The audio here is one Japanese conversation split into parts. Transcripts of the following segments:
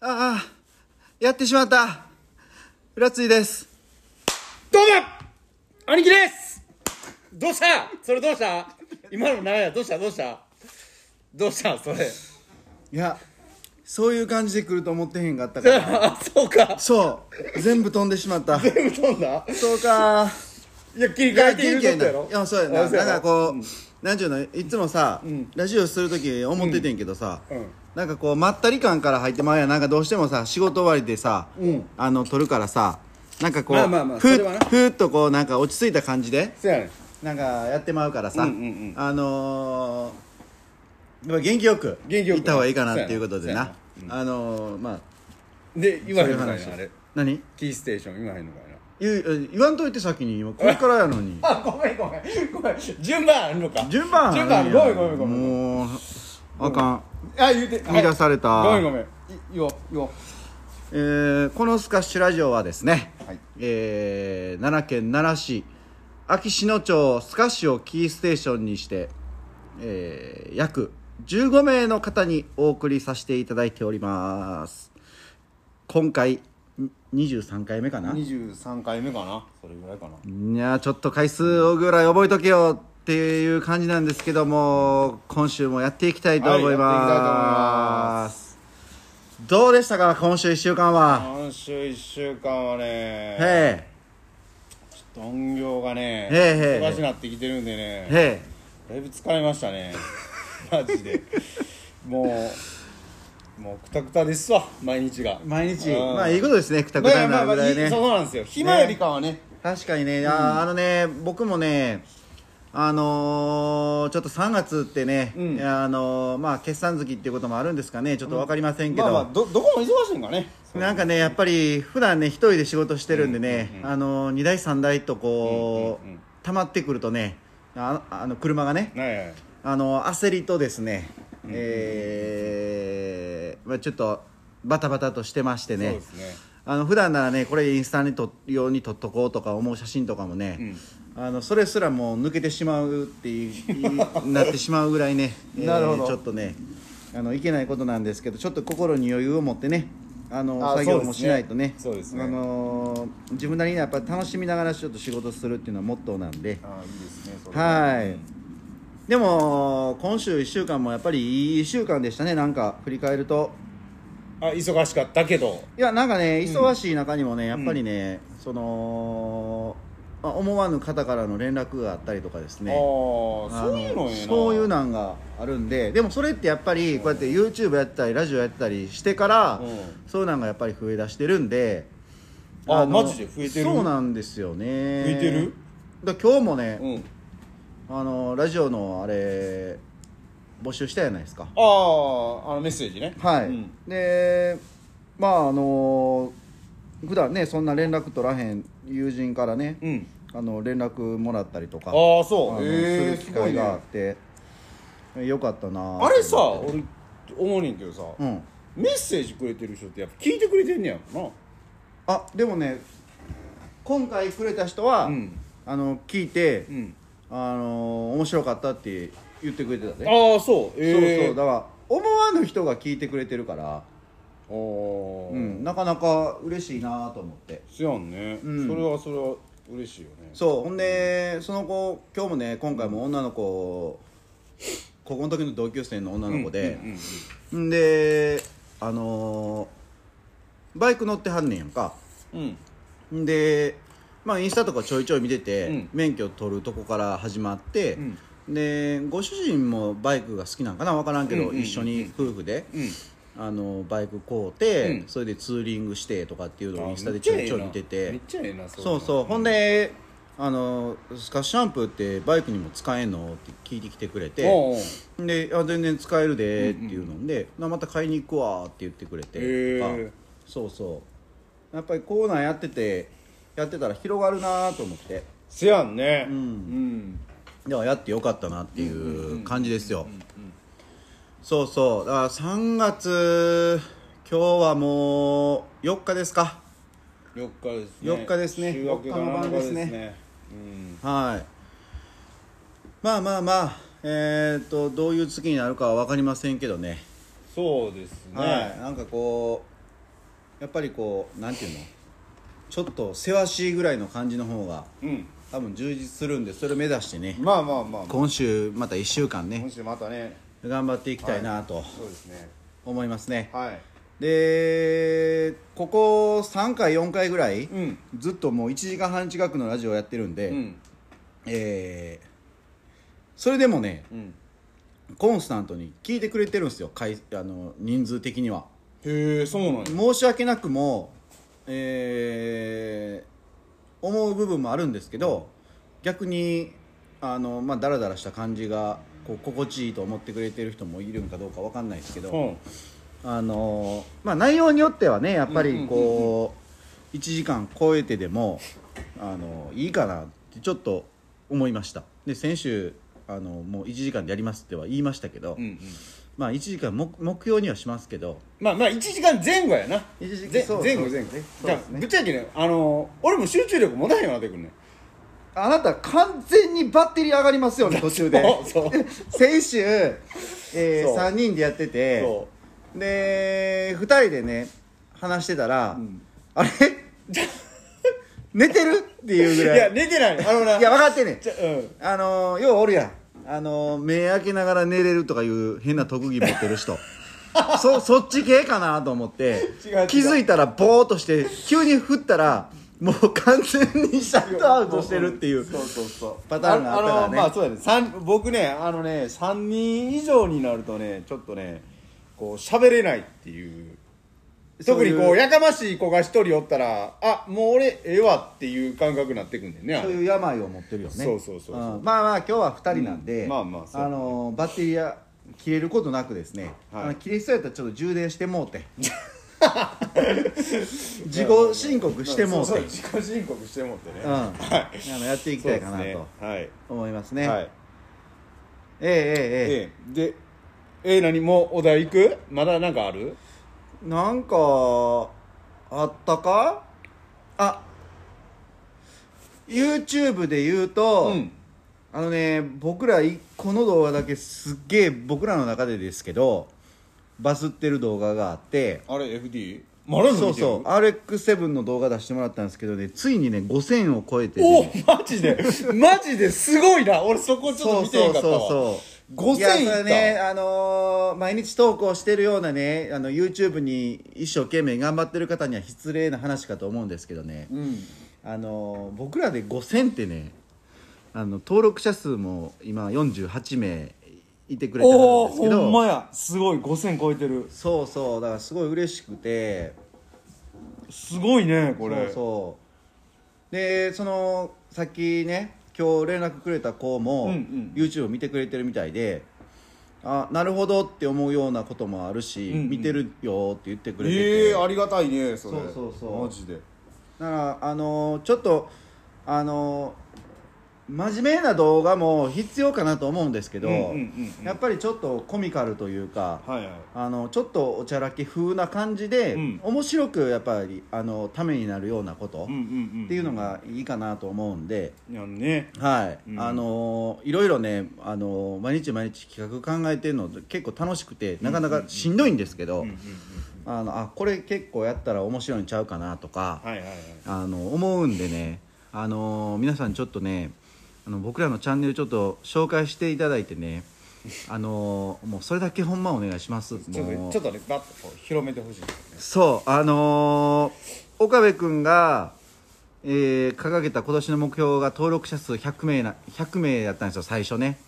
ああ、やってしまった。浦ついです。どうだ兄貴ですどうしたそれどうした今の何やどうしたどうしたどうしたそれ いや、そういう感じで来ると思ってへんかったから。 あそうかそう、全部飛んでしまった。全部飛んだそうか。いや切りい替や、えて言元う気やとな。ったやいろや、そうやな。なあんかこんう、なんちゅうの、いつもさ、ラジオするとき思っててんけどさうんうん、なんかこう、まったり感から入ってまうやん。なんかどうしてもさ、仕事終わりでさうん、あの、撮るからさ、なんかこう、まあまあまあふそれはなふーっとこう、なんか落ち着いた感じで。そうやねんなんかやってまうからさ、うんうんうんあのー、やっぱ元気よく元気よく行った方がいいかなっていうことでな、そうやあのー、まあで言わへんのそうかいうい話なあれ何キーステーション言わへんのかいな言う言わんといて先に今これからやのにあごめんごめんごめん順番あるのか順番 順番あるごめんごめんごめんもうあかんあ言うてはい乱されたごめんごめんい言おう言おうえーこのスカッシュラジオはですね、はいえー奈良県奈良市秋篠町スカッシュをキーステーションにして、えー約15名の方にお送りさせていただいております今回ん23回目かない23回目かなそれぐらいかなやーちょっと回数ぐらい覚えとけよっていう感じなんですけども今週もやっていきたいと思いはいやっていきたいと思いま、ますどうでしたか今週1週間は今週1週間はねへえ残業がへねえへえ忙しくなってきてるんでねへえだいぶ疲れまし たねマジでもうもうくたくたですわ毎日が毎日うんまあいいことですねくたくたになるぐらいまあまあまあねそうなんですよ暇よりかはね確かにねあーあのね僕もねあのーちょっと3月ってね、うんあのーまあ決算月っていうこともあるんですかねちょっと分かりませんけまど、あまあどどこも忙しいんかねなんかねやっぱり普段ね一人で仕事してるんでね、あの2台3台とこう、うんうんうん溜まってくるとねああの車がねねあの焦りとですね、えーまあ、ちょっとバタバタとしてましてえねそうですねあの普段ならねこれインスタに撮るように撮っとこうとか思う写真とかもね、あのそれすらもう抜けてしまうっていうなってしまう ぐら いね、なるほどちょっとねあのいけないことなんですけどちょっと心に余裕を持ってねあのあ作業もしないとねそうですねあのー自分なりにやっぱり楽しみながらちょっと仕事するっていうのはモットーなんでああいいですねそれはい、でも今週1週間もやっぱりいい1週間でしたねなんか振り返ると。あ忙しかったけどいやなんかね忙しい中にもね、やっぱりね、その、まあ、思わぬ方からの連絡があったりとかですああねそういうのあええなそういうなんがあるんででもそれってやっぱりこうやって YouTube やったりラジオやったりしてから、うんそういうなんがやっぱり増え出してるんであのマジで増えてるそうなんですよね増えてるだ今日もね、うんあのラジオのあれ募集したじゃないですかあああのメッセージねはい、うんでまああの普段ねそんな連絡取らへん友人からね、うんあの連絡もらったりとかああそあのうすええる機すごい会があっねて、よかったなあれさと思って俺思うねんけどさうんメッセージくれてる人ってやっぱ聞いてくれてんねやろあでもね今回くれた人は、なうんあの聞いて、うんあの面白かったって言ってくれてたねああそうえそえうそうだから思わぬ人が聞いてくれてるから、おう、うんんなかなか嬉しいなと思ってせやんねうんそれはそれは嬉しいよねそうほんでその子今日もね今回も女の子高校の時の同級生の女の子でうんうんうんんであのーバイク乗ってはんねんやんかうんんでまあインスタとかちょいちょい見てて、うん免許取るとこから始まって、でご主人もバイクが好きなんかな分からんけど、うんうんうんうん一緒に夫婦で、うんあのバイク買うて、うんそれでツーリングしてとかっていうのをインスタであちょいちょい見ててめっちゃええなめっちゃええなそういそううほんであの「スカッシュシャンプーってバイクにも使えんの?」って聞いてきてくれてのおうおうであ「全然使えるで」っていうので、なまた買いに行くわ」って言ってくれて、へーあそうそうやっぱりコーナーやっててやってたら広がるなと思ってせやんねうんんではやってよかったなっていう感じですよそうそうだから3月今日はもう4日ですか4日ですね四日ですね週明けが四日の晩7ですねうんはいまあまあまあえっ、とどういう月になるかは分かりませんけどねそうですねはいなんかこうやっぱりこうなんていうのちょっとせわしいぐらいの感じの方がうん多分充実するんでそれを目指してねまあまあまあ今週また1週間ね今週またね頑張っていきたいなとそうですね思いますね、はいでここ3回4回ぐらい、うんずっともう1時間半近くのラジオやってるんで、うんえーそれでもねうんコンスタントに聞いてくれてるんですよ回あの人数的にはへえそうなんや申し訳なくも、えー思う部分もあるんですけど、逆にあの、まあ、ダラダラした感じがこう心地いいと思ってくれてる人もいるんかどうかわかんないですけど、うんあのまあ、内容によってはねやっぱうんうんうんうりんこう,、1時間超えてでもあのいいかなってちょっと思いましたで先週あのもう1時間でやりますっては言いましたけど、うんうんまあ1時間目目標にはしますけどまあまあ1時間前後やな一時間ぜそう前後そう前後そうじゃであすねぶっちゃけねあのー俺も集中力持たへんわってくんねあなた完全にバッテリー上がりますよね途中で そうそう先週、えーそう3人でやっててそで2人でね話してたら、んあれ 寝てるっていうぐいらいや寝てないあのないや分かってんねんじゃうんあのーようおるやんあのー目開けながら寝れるとかいう変な特技持ってる 人そそっち系かなと思って違う違う気づいたらボーっとして急に振ったらもう完全にシャットアウトしてるっていうそうそうそうパターンがあったからねあのまあそうやね三僕ねあのね3人以上になるとねちょっとねこう喋れないっていうそう特いうにこうやかましい子が一人おったらあもう俺ええわっていう感覚になってくんねんねあそうれいう病を持ってるよねそうそうそうそうんまあまあ今日は2人なんで、うんまあまあそうあのーバッテリーや切れることなくですね、はいあの切れそうやったらちょっと充電してもう て自己申告してもうてそそ自己申告してもうてねうん、はあのやっていいきたいかなとはい思いますね。はいえええええええでええ何もうお題行くまだなんかあるえなんかあったかあ YouTube で言うと、うんあのね僕ら一個の動画だけすっげえ僕らの中でですけどバズってる動画があってあれ FD? まだそ伸うびてるそう RX7 の動画出してもらったんですけどねついにね5000を超えてね、おマジでマジですごいな俺そこちょっと見てへんかったわいや5000いそっれたねあのー毎日投稿してるようなねあの YouTube に一生懸命頑張ってる方には失礼な話かと思うんですけどねうんあのー僕らで5000ってねあの登録者数も今48名いてくれてはるんおおですけほんまどやすごい5000超えてるそうそうだからすごい嬉しくてすごいねこれそうそうでそのさっきね今日連絡くれた子も、うんうん YouTube を見てくれてるみたいであなるほどって思うようなこともあるし、うんうん見てるよって言ってくれてて、ええありがたいねそれそうそうそうマジでだからあのーちょっとあのー真面目な動画も必要かなと思うんですけど、うんうんうんうんやっぱりちょっとコミカルというか、はいはいあのちょっとおちゃらけ風な感じで、うん面白くやっぱりあのためになるようなこと、うんうんうんっていうのがいいかなと思うんで、いやねはい、うんあのーいろいろね、あのー毎日毎日企画考えてるの結構楽しくてなかなかしんどいんですけど、うんうんあのあこれ結構やったら面白いんちゃうかなとか、はいはいはいあの思うんでね、あのー皆さんちょっとねあの僕らのチャンネルちょっと紹介していただいてね、あのーもうそれだけほんまお願いします。ちょっもとうちょっとねバッとこう広めてほしいそうあのー岡部君が、えー掲げた今年の目標が登録者数100名な100名やったんですよ最初ね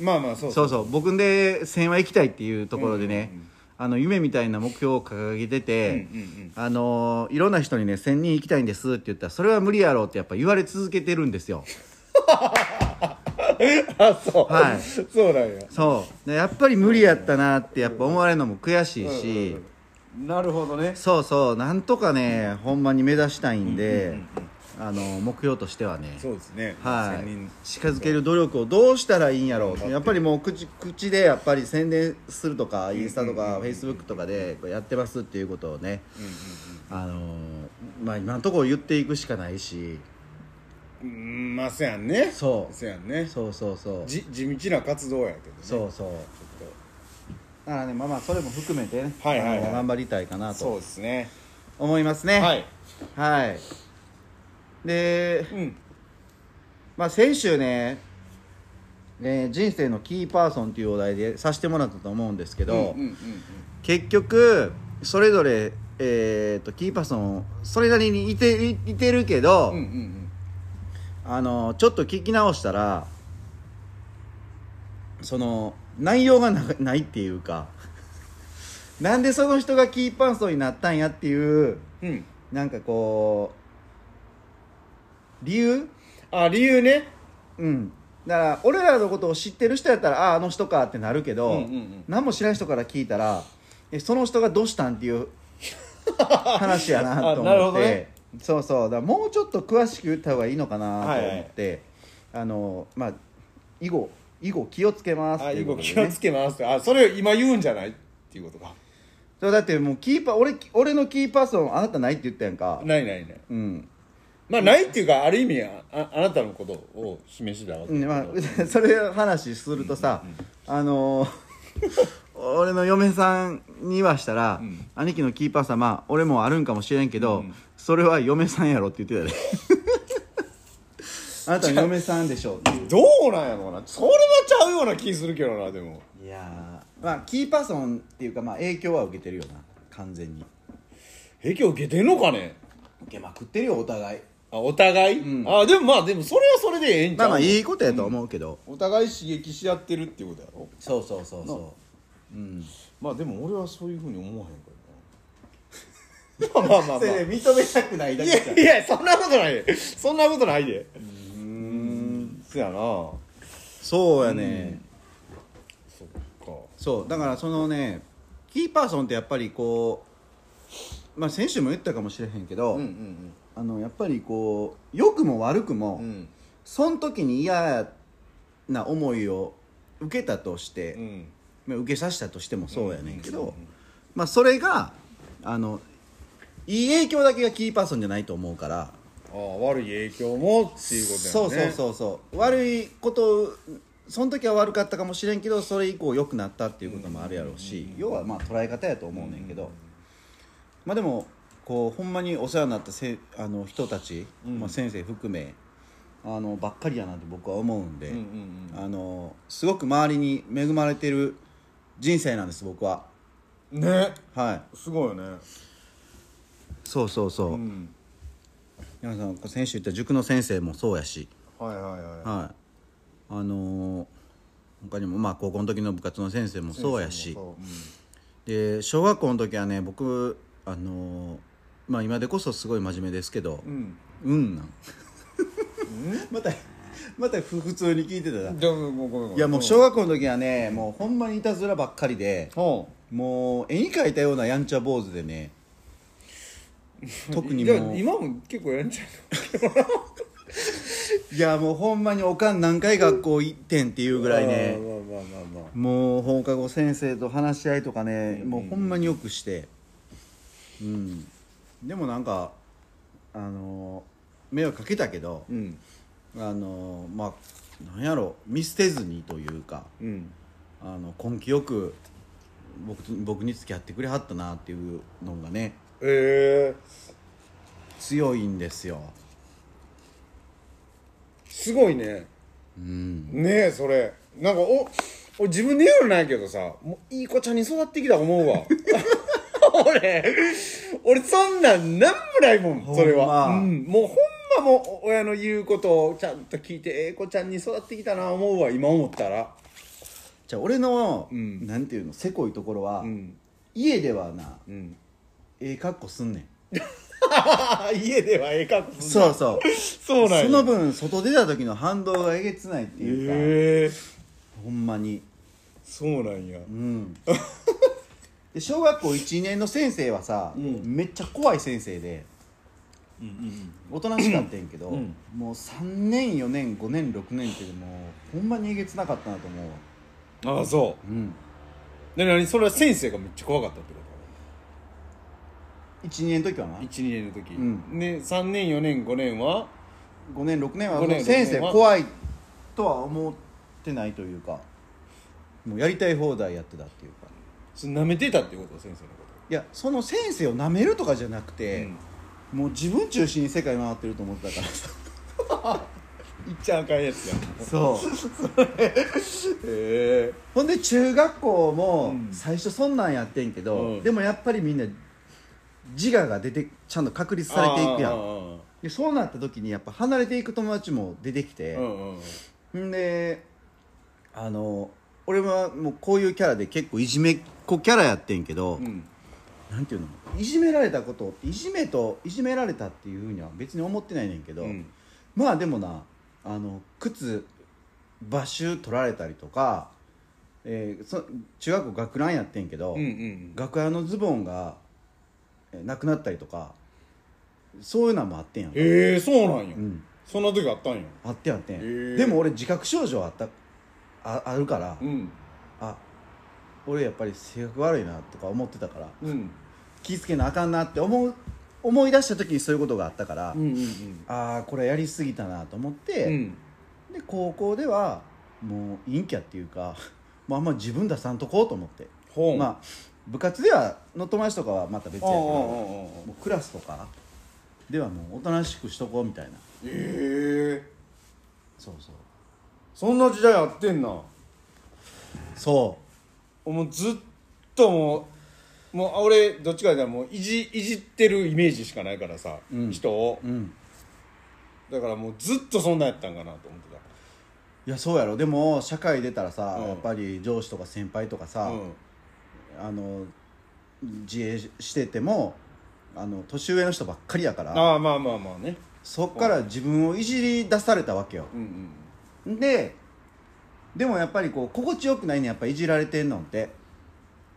まあまあそそううそう僕で1000は行きたいっていうところでね、うんうんうんあの夢みたいな目標を掲げてて、うんうんうんあのーいろんな人にね1000人行きたいんですって言ったらそれは無理やろうってやっぱ言われ続けてるんですよ あそうはいそうなんやそうでやっぱり無理やったなってやっぱ思われるのも悔しいし、なるほどねそうそうなんとかね、ほんまに目指したいんで、あの目標としてはねそうですねは千人い、近づける努力をどうしたらいいんやろ張うってやっぱりもう口口でやっぱり宣伝するとかインスタとかフェイスブックとかでこうやってますっていうことをね、あのーまあ、今のところ言っていくしかないしうんまあせやんねそうせやんねそうそうそうじ地道な活動やけどねそうそうだからねまあまあそれも含めてね、はいはいはいあの頑張りたいかなとそうですね思いますねはいはい、で、うんまあ、先週ね、えー人生のキーパーソン」というお題でさせてもらったと思うんですけど、うんうん結局それぞれ、えー、とキーパーソンそれなりにいていいてるけど、うんうんうんあのちょっと聞き直したらその内容がなないっていうか なんでその人がキーパーソンになったんやっていううんうんなんかこう理由あ理由ねうんだから俺らのことを知ってる人やったらあああの人かってなるけど、うんうんうん何も知らん人から聞いたらえその人がどうしたんっていう 話やなと思ってあなるほどねそうそうだからもうちょっと詳しく言った方がいいのかなと思って、あのまあ以後以後気をつけますっあてい以うこ後とで気をねつけますあそれを今言うんじゃないっていうことかそうだってもうキーパー俺俺のキーパーソンあなたないって言ったやんかないないないうん、まあないっていうかある意味あああなたのことを示したわけうだけんどまあ、 それ話するとさ、あの 俺の嫁さんにはしたら、うん兄貴のキーパー様俺もあるんかもしれんけど、うんそれは嫁さんやろって言って たであなたの嫁さんでしょどうなんやろうなそれはちゃうような気するけどなでもいやーまあキーパーソンっていうか、まあ、影響は受けてるよな完全に影響受けてんのかね受けまくってるよお互いあお互い、うんあでもまあでもそれはそれでええんちまゃあうまあいいことやと思うけど、お互い刺激し合ってるっていうことやろそうそうそうそううんまあでも俺はそういうふうに思わへんからなまあまあまあまあ い認めたくないだやいやそんなことないでそんなことないでうんそやなそうやね、そっかそうだからそのねキーパーソンってやっぱりこう、まあ、先週も言ったかもしれへんけど、んあのやっぱりこう良くも悪くも、んその時に嫌な思いを受けたとして、んまあ受けさせたとしてもそうやねんけど、うんうんうんうんまあ、それがあのいい影響だけがキーパーソンじゃないと思うからああ悪い影響もっていうことそうやねそうそうそう悪いことその時は悪かったかもしれんけどそれ以降良くなったっていうこともあるやろうし、要はまあ捉え方やと思うねんけど、まあでもこうほんまにお世話になったせあの人たち、うんまあ、先生含めあのばっかりやなって僕は思うんで、うんうんあのすごく周りに恵まれてる人生なんです僕はうんねはいすごいよねそうそうそう、うん皆さん先週言った塾の先生もそうやしはいはいははいいあのー他にもまあ高校の時の部活の先生もそうやしそううんで小学校の時はね僕あのーまあ今でこそすごい真面目ですけどう、んうんなんまたまたふ普通に聞いてたなじゃあごめんごめんごめんいやもう小学校の時はねもうほんまにいたずらばっかりでほもう絵に描いたようなやんちゃ坊主で ね特うにじゃあもうい今も結構やんちゃやもうほんまにおかん何回学校行ってんっていううぐらいねまあまあまあまあまあもう放課後先生と話し合いとかね、もうほんまによくしてうんでもなんかあの迷惑かけたけどうんあのまあなんやろ見捨てずにというかうんあの根気よく僕と僕に付き合ってくれはったなっていうのがねええ強いんですよすごいねうんねえそれなんかおお自分で言うのないけどさもういい子ちゃんに育ってきた思うわ 俺俺そんなんなんもないもんそれは、ほんまうん、もうほんまもう親の言うことをちゃんと聞いてええ子ちゃんに育ってきたな思うわ今思ったらじゃあ俺の、うんなんていうのせこいところは、うん家ではなうん ええ格好すんねん家ではええ格好すんそなうそうそうなんやその分外出た時の反動がえげつないっていうか、ええほんまにそうなんやうんで小学校12年の先生はさ、うんめっちゃ怖い先生でうんうんおとなしかったんやけど、うんもう3年4年5年6年ってもうほんまにえげつなかったなと思うわああそうんうで何それは先生がめっちゃ怖かったってこと12年の時はな12年の時、うんね3年4年5年は5年6年は5も年う先6生年は怖いとは思ってないというかもうやりたい放題やってたっていうかなめてたってこと先生のこといやその先生をなめるとかじゃなくて、もう自分中心に世界回ってると思ってたからさいっちゃあかんやつやそうへえ ほんで中学校もうん最初そんなんやってんけど、うんでもやっぱりみんな自我が出てちゃんと確立されていくやんんでそうなった時にやっぱ離れていく友達も出てきて、うんうんんであの俺はもうこういうキャラで結構いじめっ子キャラやってんけど、うんなんていうのいじめられたことっていじめといじめられたっていうふうには別に思ってないねんけど、うんまあでもなあの靴バシュ取られたりとか、えーそ中学校学ランやってんけど、うんうん学ランのズボンが、えーなくなったりとかそういうのもあってんやんか、へえそうなんやうん、そんな時あったんやあってんあってん、ーでも俺自覚症状あったああるから、うんあ俺やっぱり性格悪いなとか思ってたからうん気ぃつけなあかんなって思う思い出した時にそういうことがあったから、うんうんああこれやりすぎたなと思って、うんで高校ではもう陰キャっていうか まああんま自分出さんとこうと思って、ほうまあ部活ではの友達とかはまた別やけどもうクラスとかではもうおとなしくしとこうみたいなええそうそうそんな時代あってんなそもうずっともうもう俺どっちか言ったらもういじいじってるイメージしかないからさ、うん人をううんだからもうずっとそんなんやったんかなと思っていやそうやろでも社会出たらさ、うんやっぱり上司とか先輩とかさ、たうんあの自衛しててもあの年上の人ばっかりやからああまあまあまあねそっから自分をいじり出されたわけようんうんででもやっぱりこう心地よくないねやっぱいじられてんのって、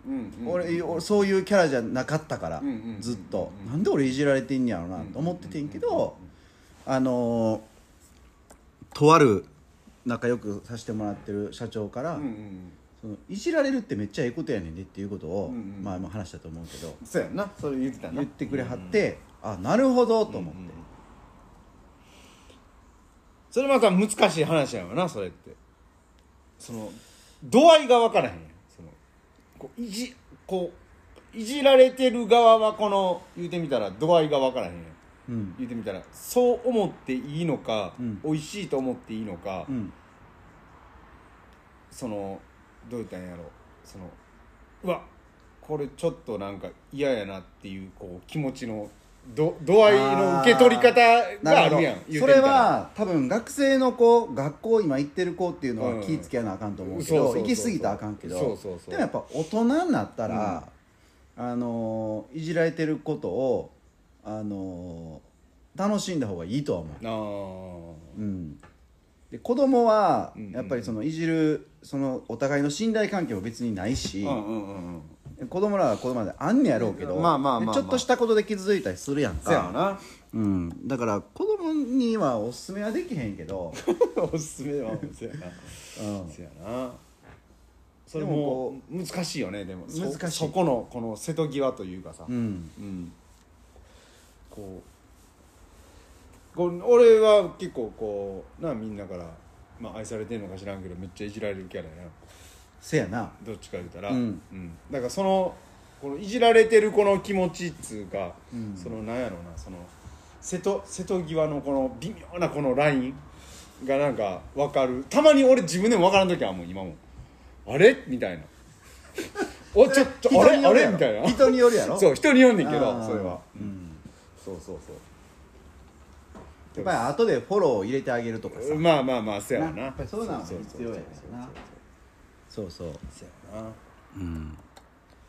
うんうん俺俺そういうキャラじゃなかったから、うんうんうんうんずっとなんで俺いじられてんねやろなと思っててんけど、あのーとある仲良くさせてもらってる社長から、うんうんそのいじられるってめっちゃええことやねんねっていうことを、うんうんまあもう話したと思うけどそうやんなそれ言ってたな言ってくれはって、あなるほどと思って、うんうんそれまた難しい話やわなそれってその度合いが分からへんやんそのこういじこういじられてる側はこの言うてみたら度合いが分からへんやんうん言うてみたらそう思っていいのか、うん美味しいと思っていいのか、うんそのどう言ったらいいんやろそのうわこれちょっとなんか嫌やなっていうこう気持ちのど度合いの受け取り方があるやん言うてみたらそれは多分学生の子学校今行ってる子っていうのはうん気ぃつけなあかんと思うけそうそうどそう行き過ぎたらあかんけどそうそうそうでもやっぱ大人になったら、あのーいじられてることを、あのー楽しんだ方がいいとは思うああうん、で子供はうんうんやっぱりそのいじるそのお互いの信頼関係も別にないし、うんうんうんうん子供らは子供らであんねやろうけど、まあまあまあまあでちょっとしたことで傷ついたりするやんそやわかなうん、だから子供にはおすすめはできへんけ ど、 おすすめはそやなうんそやなそれでももこ難しいよねでもそ難しいそこのこの瀬戸際というかさうん、うんこうこう俺は結構こうなみんなから、まあ、愛されてるのか知らんけどめっちゃいじられるキャラやなせやなどっちか言うたら、うんだからそのこのいじられてるこの気持ちっつうか、うんそのなんやろうなその瀬戸瀬戸際のこの微妙なこのラインがなんか分かるたまに俺自分でも分からん時はもう今もあれみたいなおちょっとあれあれみたいな人によるやろそう人に読んでんあけどーそれは、うん、そうそうそうやっぱり後でフォローを入れてあげるとかさ、まあまあまあせやわななやっぱりそういうのはそうそう必要やからなそうそうせやな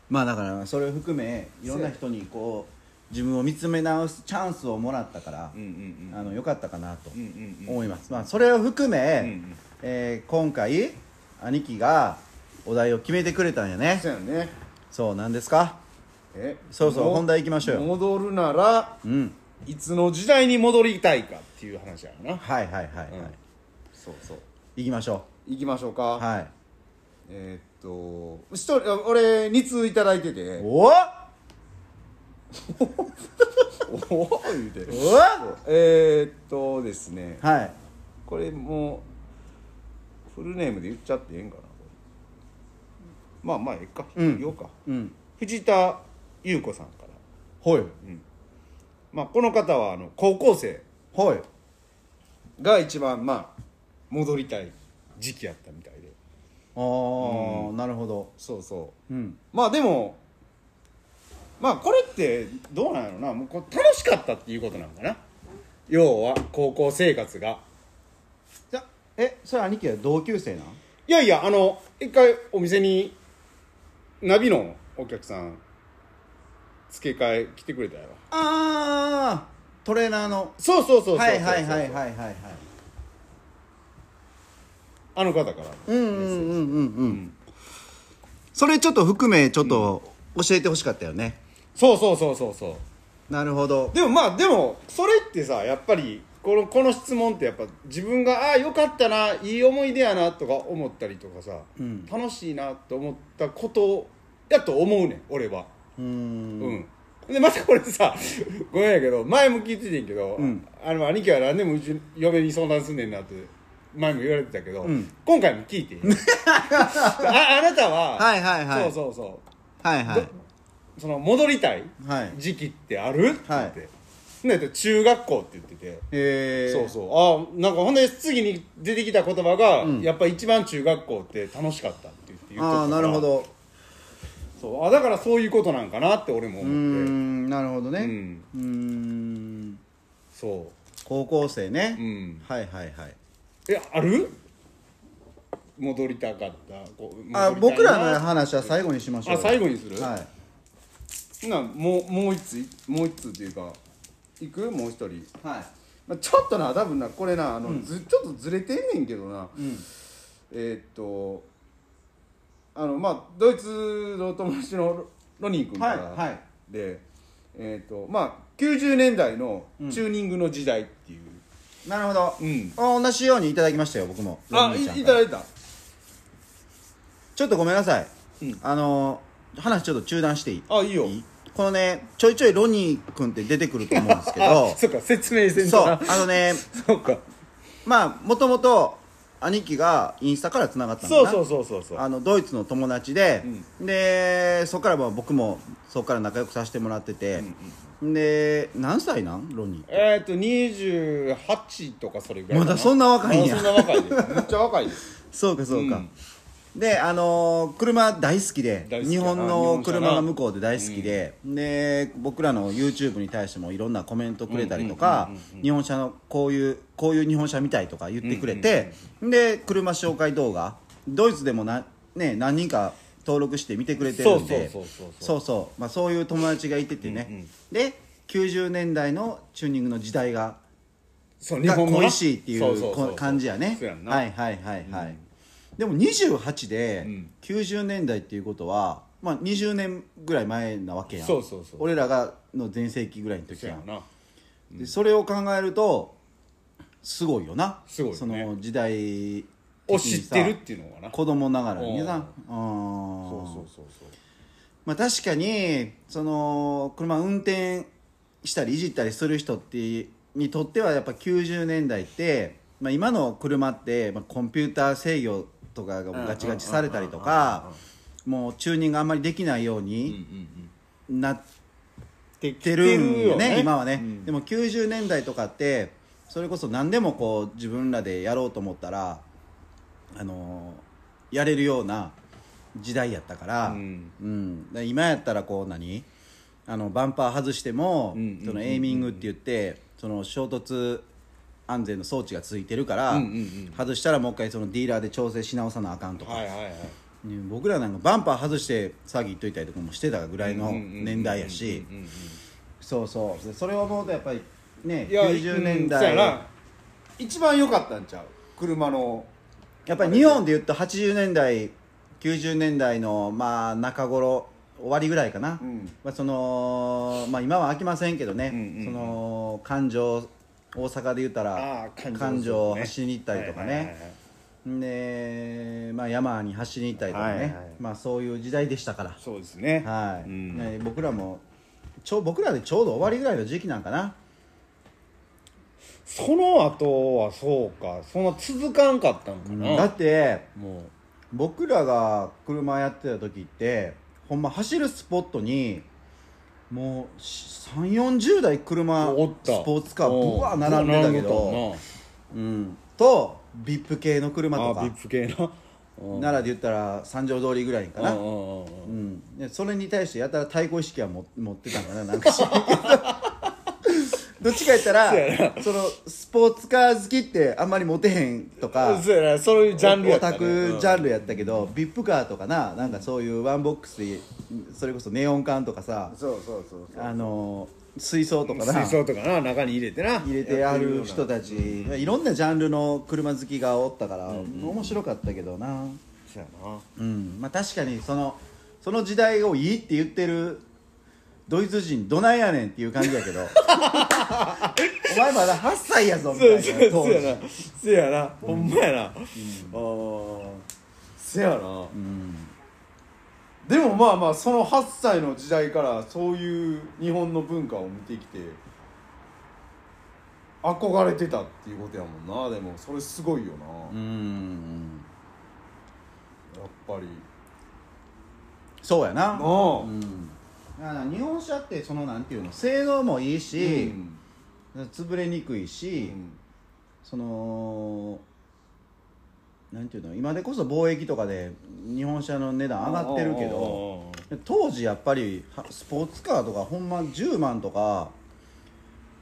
まあだからそれを含めいろんな人にこう自分を見つめ直すチャンスをもらったから、うんうんうんあの良かったかなとうんうんうん思います、まあそれを含め、うんうんえー今回兄貴がお題を決めてくれたんやねせやねそうなんですかえそうそうも本題行きましょうよ戻るならうんいつの時代に戻りたいかっていう話やはな、いはいはいはい、う行んそうそうきましょ行きましょうか、うはいえーっと一人あ俺2通いただいてておおおお言うておはえーっとですねいこれもうフルネームで言っちゃってええんかなこれまあまあええか、うん言おうかうん藤田一優子さんから、はいまあ、この方はあの高校生はいが一番まあ戻りたい時期やったみたいでああ、なるほどそうそううんまあでもまあこれってどうなんやろなもうこう楽しかったっていうことなんかな要は高校生活がじゃえそれ兄貴は同級生なんいやいやあの一回お店にナビのお客さん付け替え来てくれたやろああトレーナーのそうそうそうそうそうはいはいはいはいはいはいあの方からうんうんうんうんうんそれちょっと含めちょっと教えてほしかったよね、そうそうそうそうそうなるほどでもまあでもそれってさやっぱりこのこの質問ってやっぱ自分がああよかったないい思い出やなとか思ったりとかさ、うん楽しいなと思ったことやと思うねん俺はうーんうん、でまたこれさごめんやけど前も聞いててんけど、んあの兄貴は何でもうち嫁に相談すんねんなって前も言われてたけど、ん今回も聞いてん ああなたは、はいはいはいそうそうそうはいはいその戻りたいはい時期ってあるって言って、はで中学校って言ってて、えそうそうあなんかほんで次に出てきた言葉が、うんやっぱ一番中学校って楽しかったって言って言っとったからああなるほどそうあだからそういうことなんかなって俺もうー思ってんなるほどねうんうーんそ高校生ね、ううんはいはいはいえある戻りたかったこうあ戻りた僕いならの話は最後にしましょうあ最後にするはいなもうもう一ついもう一つっていうか行くもう一人、はいまあ、ちょっとな多分なこれなあの、ずちょっとずれてんねんけどな、うんえーっとあのまあドイツの友達のロロニー君かはいら、はいでえーっとまあ90年代のチューニングの時代っていう、なるほど、うんあ同じようにいただきましたよ僕もロあミーちゃんいいかたらだいたちょっとごめんなさい、うんあのー話ちょっと中断していいあいいよいいこのねちょいちょいロニー君って出てくると思うんですけど あそっか説明せんそとうなあのね そうかまあもともと兄貴がインスタからつながったのかそうなそうそうそうそうあのドイツの友達で、でそこからは僕もそこから仲良くさせてもらってて、で何歳なんロニーえーっと28とかそれぐらいかまだそんな若いんやあそんな若いでめっちゃ若いでそうかそうか、うんであのー車大好きで大好き日やな本日の本車な車が向こうで大好きで、で僕らの YouTube に対してもいろんなコメントくれたりとか、日本車のこういうこういう日本車みたいとか言ってくれて、で車紹介動画ドイツでもな、ね、何人か登録して見てくれてるんでそうそうそうそうそうそうそうまあ、そういう友達がいててね、うんうんで90年代のチューニングの時代がそうがのな恋しいっていそうそうそこ感じやねそうやんなはいはいはいはい、でも28でうん90年代っていうことは、まあ、20年ぐらい前なわけやんそうそうそう俺らがの全盛期ぐらいの時そうややんなでそれを考えるとすごいよなすごいよねその時代を知ってるっていうのかな子供ながらになうんそうそうそうそうまあ確かにその車運転したりいじったりする人ってにとってはやっぱ90年代って、まあ、今の車って、まあ、コンピューター制御とかがガチガチされたりとかもうチューニングあんまりできないよううんうんにうんなっでてるんよよね今はね、うんでも90年代とかってそれこそ何でもこう自分らでやろうと思ったらあのやれるような時代やったから、うんうん、で今やったらこう何あのバンパー外しても、うんうんうんうんそのエイミングって言ってその衝突安全の装置がついてるから、うんうんうん外したらもう一回そのディーラーで調整し直さなあかんとか、はいはいはいね僕らなんかバンパー外して詐欺っといたりとかもしてたぐらいの年代やしうんうんうんうんそうそうでそれを思うとやっぱりねいや90年うんそ代うやな一番良かったんちゃう車のやっぱり日本で言うと80年代90年代のまあ中頃終わりぐらいかな、うんまあそのまあ、今は飽きませんけどね、うんうんうんその環状大阪で言ったらあー環状環状を走りに行ったりとかはいはいはいねはいで、まあ、山に走りに行ったりとかね、はいはいまあ、そういう時代でしたから、そうですねはいうんね僕らもちょ僕らでちょうど終わりぐらいの時期なんかなその後はそうかそんな続かんかったんかだなってもう僕らが車やってた時ってほんま走るスポットにもう3 4 0台車おったスポーツカおーうぶわー並んでたけ並んでどうんと VIP 系の車たなとあかビップ系な奈良で言ったら三条通りぐらいかなうんうんうんうんうん、でそれに対してやたら対抗意識はも持ってたんかな なんか知らんけどどっちか言ったらそのスポーツカー好きってあんまりモテへんとかそうやなそういうジャンルやオったタねクうんジャンルやったけど、ビップカーとかななんかそういうワンボックスでそれこそネオン管とかさそうそうそうそうあの水槽とかな水槽とかな中に入れてな入れてある人たちいろんなジャンルの車好きがおったから、面白かったけどな。そうやなうんまあ、確かにそのその時代をいいって言ってるドイツ人どないやねんっていう感じやけ どお前まだ8歳やぞみたいそうなそう当そうや時なそうやなほんまやなあーそうやなでもまあまあその8歳の時代からそういう日本の文化を見てきて憧れてたっていうことやもんなでもそれすごいよなう、やんっぱりそうやななあうんだから日本車ってそのなんていうの性能もいいし、潰れにくいし、そのなんていうの今でこそ貿易とかで日本車の値段上がってるけどど当時やっぱりはスポーツカーとかほんま10万とか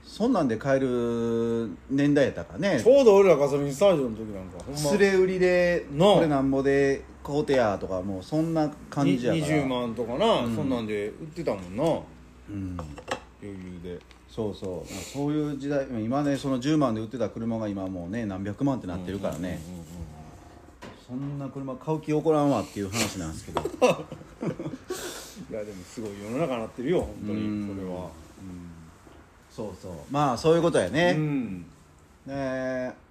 そんなんで買える年代やったからねちょうど俺らガソリンスタジオの時なんかほんま連れ売りでなあこれなんぼで買うてやとかもうそんな感じやから20万とかな、そんなんで売ってたもんなうん余裕でそうそうそういう時代今ねその10万で売ってた車が今もうね何百万ってなってるからねそんな車買う気起こらんわっていう話なんですけどいやでもすごい世の中になってるよ本当うんにそれはそうそうまあそういうことやね、うんえー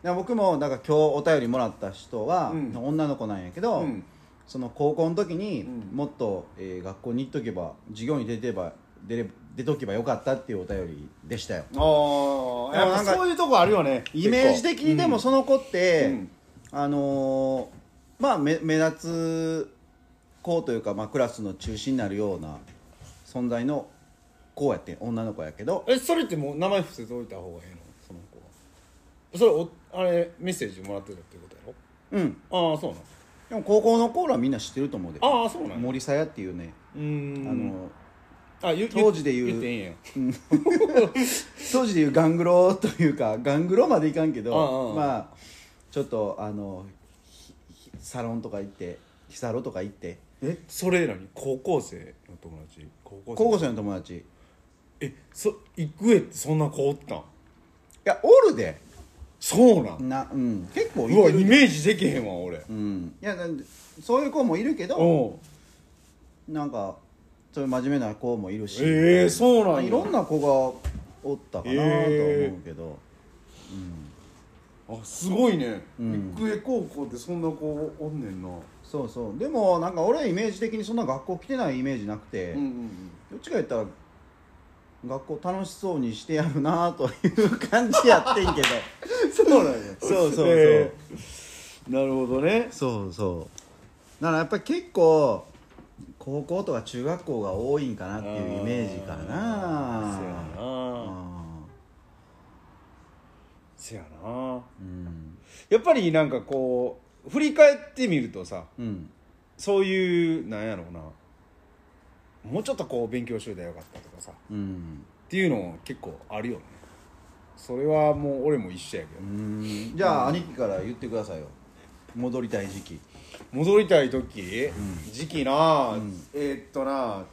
で僕もだから今日お便りもらった人は、うん女の子なんやけど、うんその高校の時にうんもっと、えー学校に行っとけば授業に出てば出れ出とけばよかったっていうお便りでしたよああでもなやんっかぱそういうとこあるよねイメージ的にでもその子って、うんあのーまあ目目立つ子というか、まあ、クラスの中心になるような存在の子やって女の子やけどえそれってもう名前伏せておいた方がいいのその子はそれおあれメッセージもらってたってことやうんろああそうなのでも高校の頃はみんな知ってると思うでああそうなんや森さやっていうね、うーんあのあゆゆ当時で言う言っていいんや当時でいうガングロというかガングロまでいかんけうんどうんまあちょっとあのひひサロンとか行ってヒサロとか行ってえそれ何高校生の友達高校高校生の友達いえそ行くえってそんな子おったんやおるでそうなんな、うん、結構いうわてるイメージできへんわ俺うん、いやなんでそういう子もいるけどおうなんかそういう真面目な子もいるし、ええそうなんまあやいろんな子がおったかなとは思うけど、あすごいねうん育英高校ってそんな子おんねんなそうそうでもなんか俺イメージ的にそんな学校来てないイメージなくて、うんうんどっちか言ったら学校楽しそうにしてやるなという感じやってんけどそうなんやそうそうそうえーなるほどねそうそうだからやっぱり結構高校とか中学校が多いんかなっていうイメージかあーなせやなあせやなーうんやっぱりなんかこう振り返ってみるとさうんそういうなんやろうなもうちょっとこう勉強しといたらよかったとかさうんっていうの結構あるよねそれはもう俺も一緒やけどうんじゃあ兄貴から言ってくださいよ戻りたい時期戻りたい時、時期な、うんえーっとな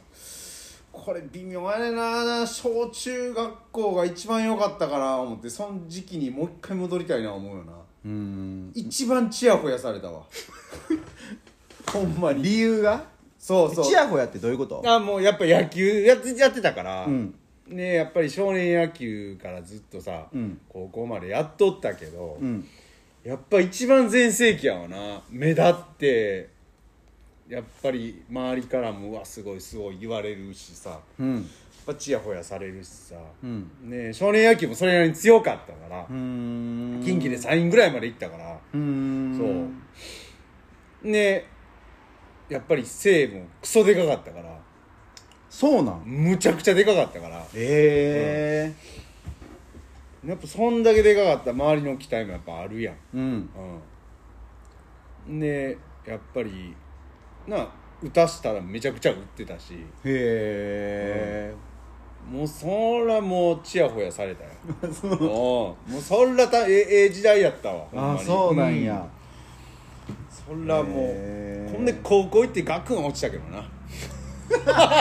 これ微妙やねんな小中学校が一番良かったかな思ってその時期にもう一回戻りたいな思うよなうん一番チヤホヤされ たわほんまに理由がそうそうチヤホヤってどういうことあもうやっぱ野球やってやってたから、うんねやっぱり少年野球からずっとさ、うん高校までやっとったけど、うんやっぱ一番全盛期やわな目立ってやっぱり周りからも「うわすごいすごい」言われるしさやっうんぱチヤホヤされるしさ、うんねえ少年野球もそれなりに強かったからう、ん近畿で3位ぐらいまで行ったから、うんそうねえやっぱり背もクソでかかったからそうなんむちゃくちゃでかかったからえやっぱそんだけでかかった周りの期待もやっぱあるやんえうんうんでやっぱりなあ打たしたらめちゃくちゃ打ってたしへもうそらもうちやほやされたよえ そううんもうそらたえええ時代やったわほんまあにそうなんや、うんそらもへうーほんで高校行ってガクン落ちたけどな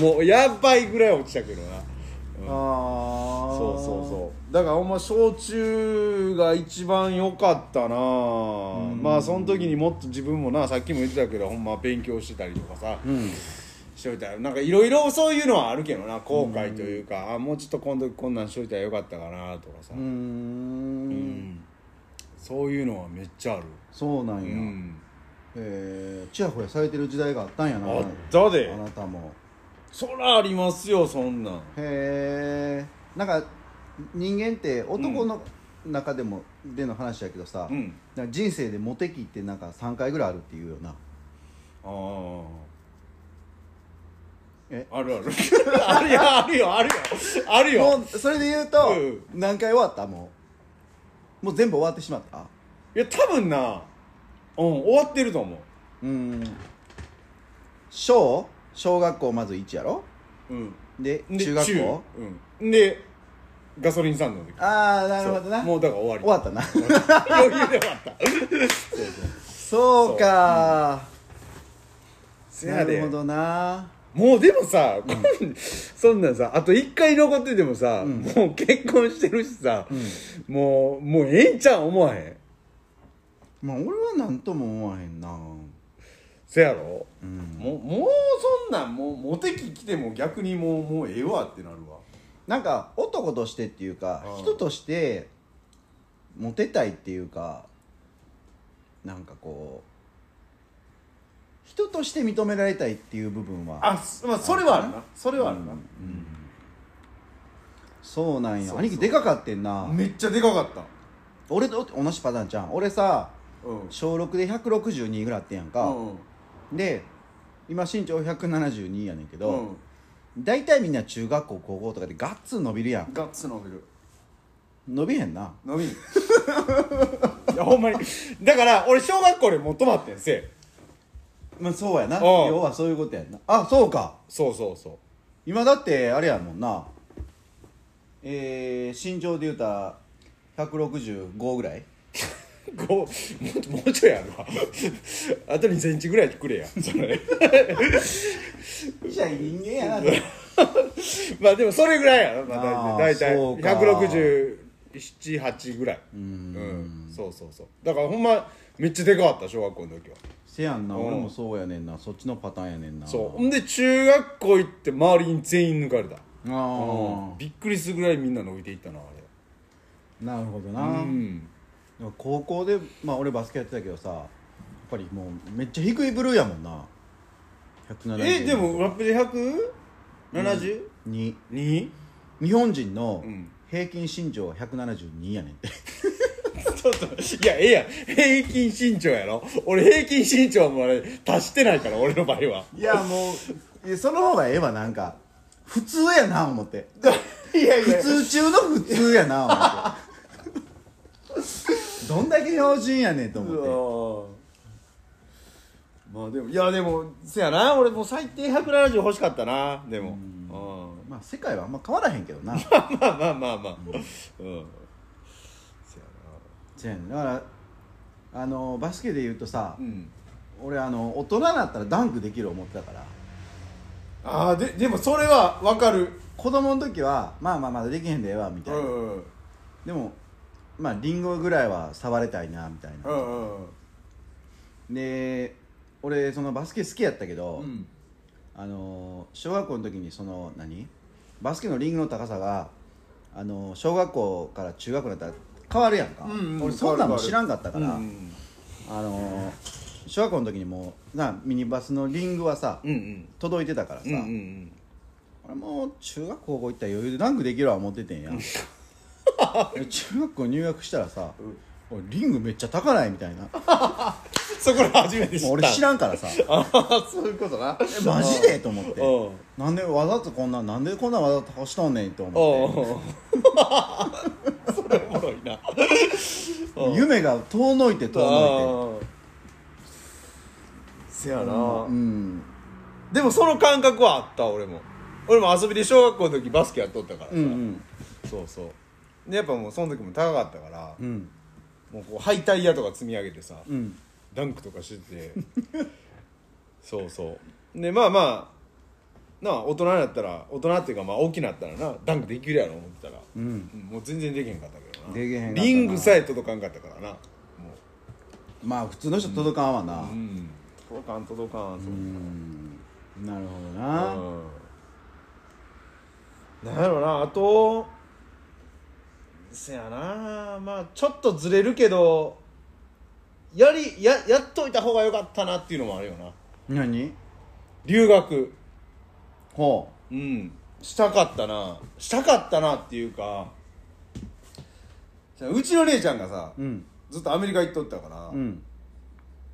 もうやばいぐらい落ちたけどなああそうそうそうだからほんま焼酎が一番良かったなあまあその時にもっと自分もなさっきも言ってたけどほんま勉強してたりとかさ、うんしといたらなんかいろいろそういうのはあるけどな後悔というか、あもうちょっと今度こんなんしといたらよかったかなとかさ、うーんうんそういうのはめっちゃあるそうなんうや、んええちやほやされてる時代があったんやなあったであなたもそらありますよそんなんへえんか人間って男の中でも、での話やけどさ、うんなんか人生でモテ期ってなんか3回ぐらいあるっていうよなああえあるあ るあるよあるよあるよあるよもうそれで言うと、うん何回終わったもうもう全部終わってしまったいや多分なうん終わってると思ううん小小学校まず1やろうんでで中学校うんでガソリンスタンドでああなるほどなもうだから終終わわりったな余裕で終わったそうかせ なやでるほどなもうでもさ、こん、 そんなんさあと1回残っててもさ、んもう結婚してるしさ、もうもうええんちゃう思わへんまあ俺は何とも思わへんなせやろ、うんもうもうそんなんもうモテ期来ても逆にもうもうええわってなるわなんか男としてっていうかうん人としてモテたいっていうかなんかこう人として認められたいっていう部分はあ、すまあ、それはあるなそれはあるな、そうなんそうやそう兄貴でかかってんなめっちゃでかかった俺と同じパターンじゃん俺さうん小6で162ぐらいあってんやんかうんで今身長172やねんけうどん大体みんな中学校高校とかでガッツン伸びるやんガッツ伸びる伸びへんな伸びる いやほんまにだから俺小学校でもう止まってんせまあそうやなうん要はそういうことやんなあそうかそうそうそう今だってあれやもんなえー、身長で言うたら165ぐらいこうもうちょもうちょいあるわあと2センチぐらいくれやそれ じゃあ人間やなまあでもそれぐらいやろ、まああ、ー大体そうか1678ぐらいうんそうそうそうだからほんまめっちゃでかかった小学校の時はせやんなうん俺もそうやねんなそっちのパターンやねんなそうほんで中学校行って周りに全員抜かれたあびっくりするぐらいみんな伸びていったなああなるほどな、れうんでも高校でまあ俺バスケやってたけどさやっぱりもうめっちゃ低いブルーやもんな170えでもラップで 170? にに日本人のうん平均身長は172やねんて ちょっといやええやん平均身長やろ俺平均身長はもうあれ足してないから俺の場合はいやもういやその方がええわなんか普通やな思って いやいや普通中の普通やな思ってどんだけ標準やねんと思っまあでもいやでもせやな俺もう最低170欲しかったなでもうん てまあ世界はあんま変わらへんけどなまあまあまあまあうんせやせやねんだからあのバスケで言うとさ、なうん俺あの大人になったらダンクできる思ってたからああででもそれはわかる子供の時はまあまあまだできへんでええわみたういな、んうんでもまあリンゴぐらいは触れたいなみたいな、うんうんで俺そのバスケ好きやったけど、うんあの小学校の時にその何バスケのリングの高さがあの小学校から中学校になったら変わるやんか、うんうん俺そんなんも変わる変わる知らんかったから、うんあの小学校の時にもうなミニバスのリングはさ、うん届いてたからさ、うんうんうん俺もう中学高校行ったら余裕でダンクできるわ思っててん や中学校入学したらさ、おいリングめっちゃ高ないみたいなそこら初めて 知ったもう俺知んらんからさえああそういうことなマジでと思ってうんなんでわざとこんななんでこんなわざと倒しとんねんとお思っおそれおもろいなて夢が遠のいて遠のいてあーせやな、うんでもその感覚はあった俺も俺も遊びで小学校の時バスケやっとったからさ、うんうんそうそうでやっぱもうその時も高かったから、うんもうこう敗退屋とか積み上げてさ、うんダンクとかしてて そうそうでまあまあなあ大人になったら大人っていうかまあ大きなったらなダンクできるやろ思ってたら、うんもう全然できへんかったけどなできへんかったなリングさえ届かんかったからなもまあ普通の人届かんわなう、うん、届かん届かんそうなるほどな、うんなんやろなあとせやなまあちょっとずれるけどやりややっといた方が良かったなっていうのもあるよな何留学ほうんしたかったなしたかったなっていうかじゃあうちの姉ちゃんがさ、ううんずっとアメリカ行っとったから、うん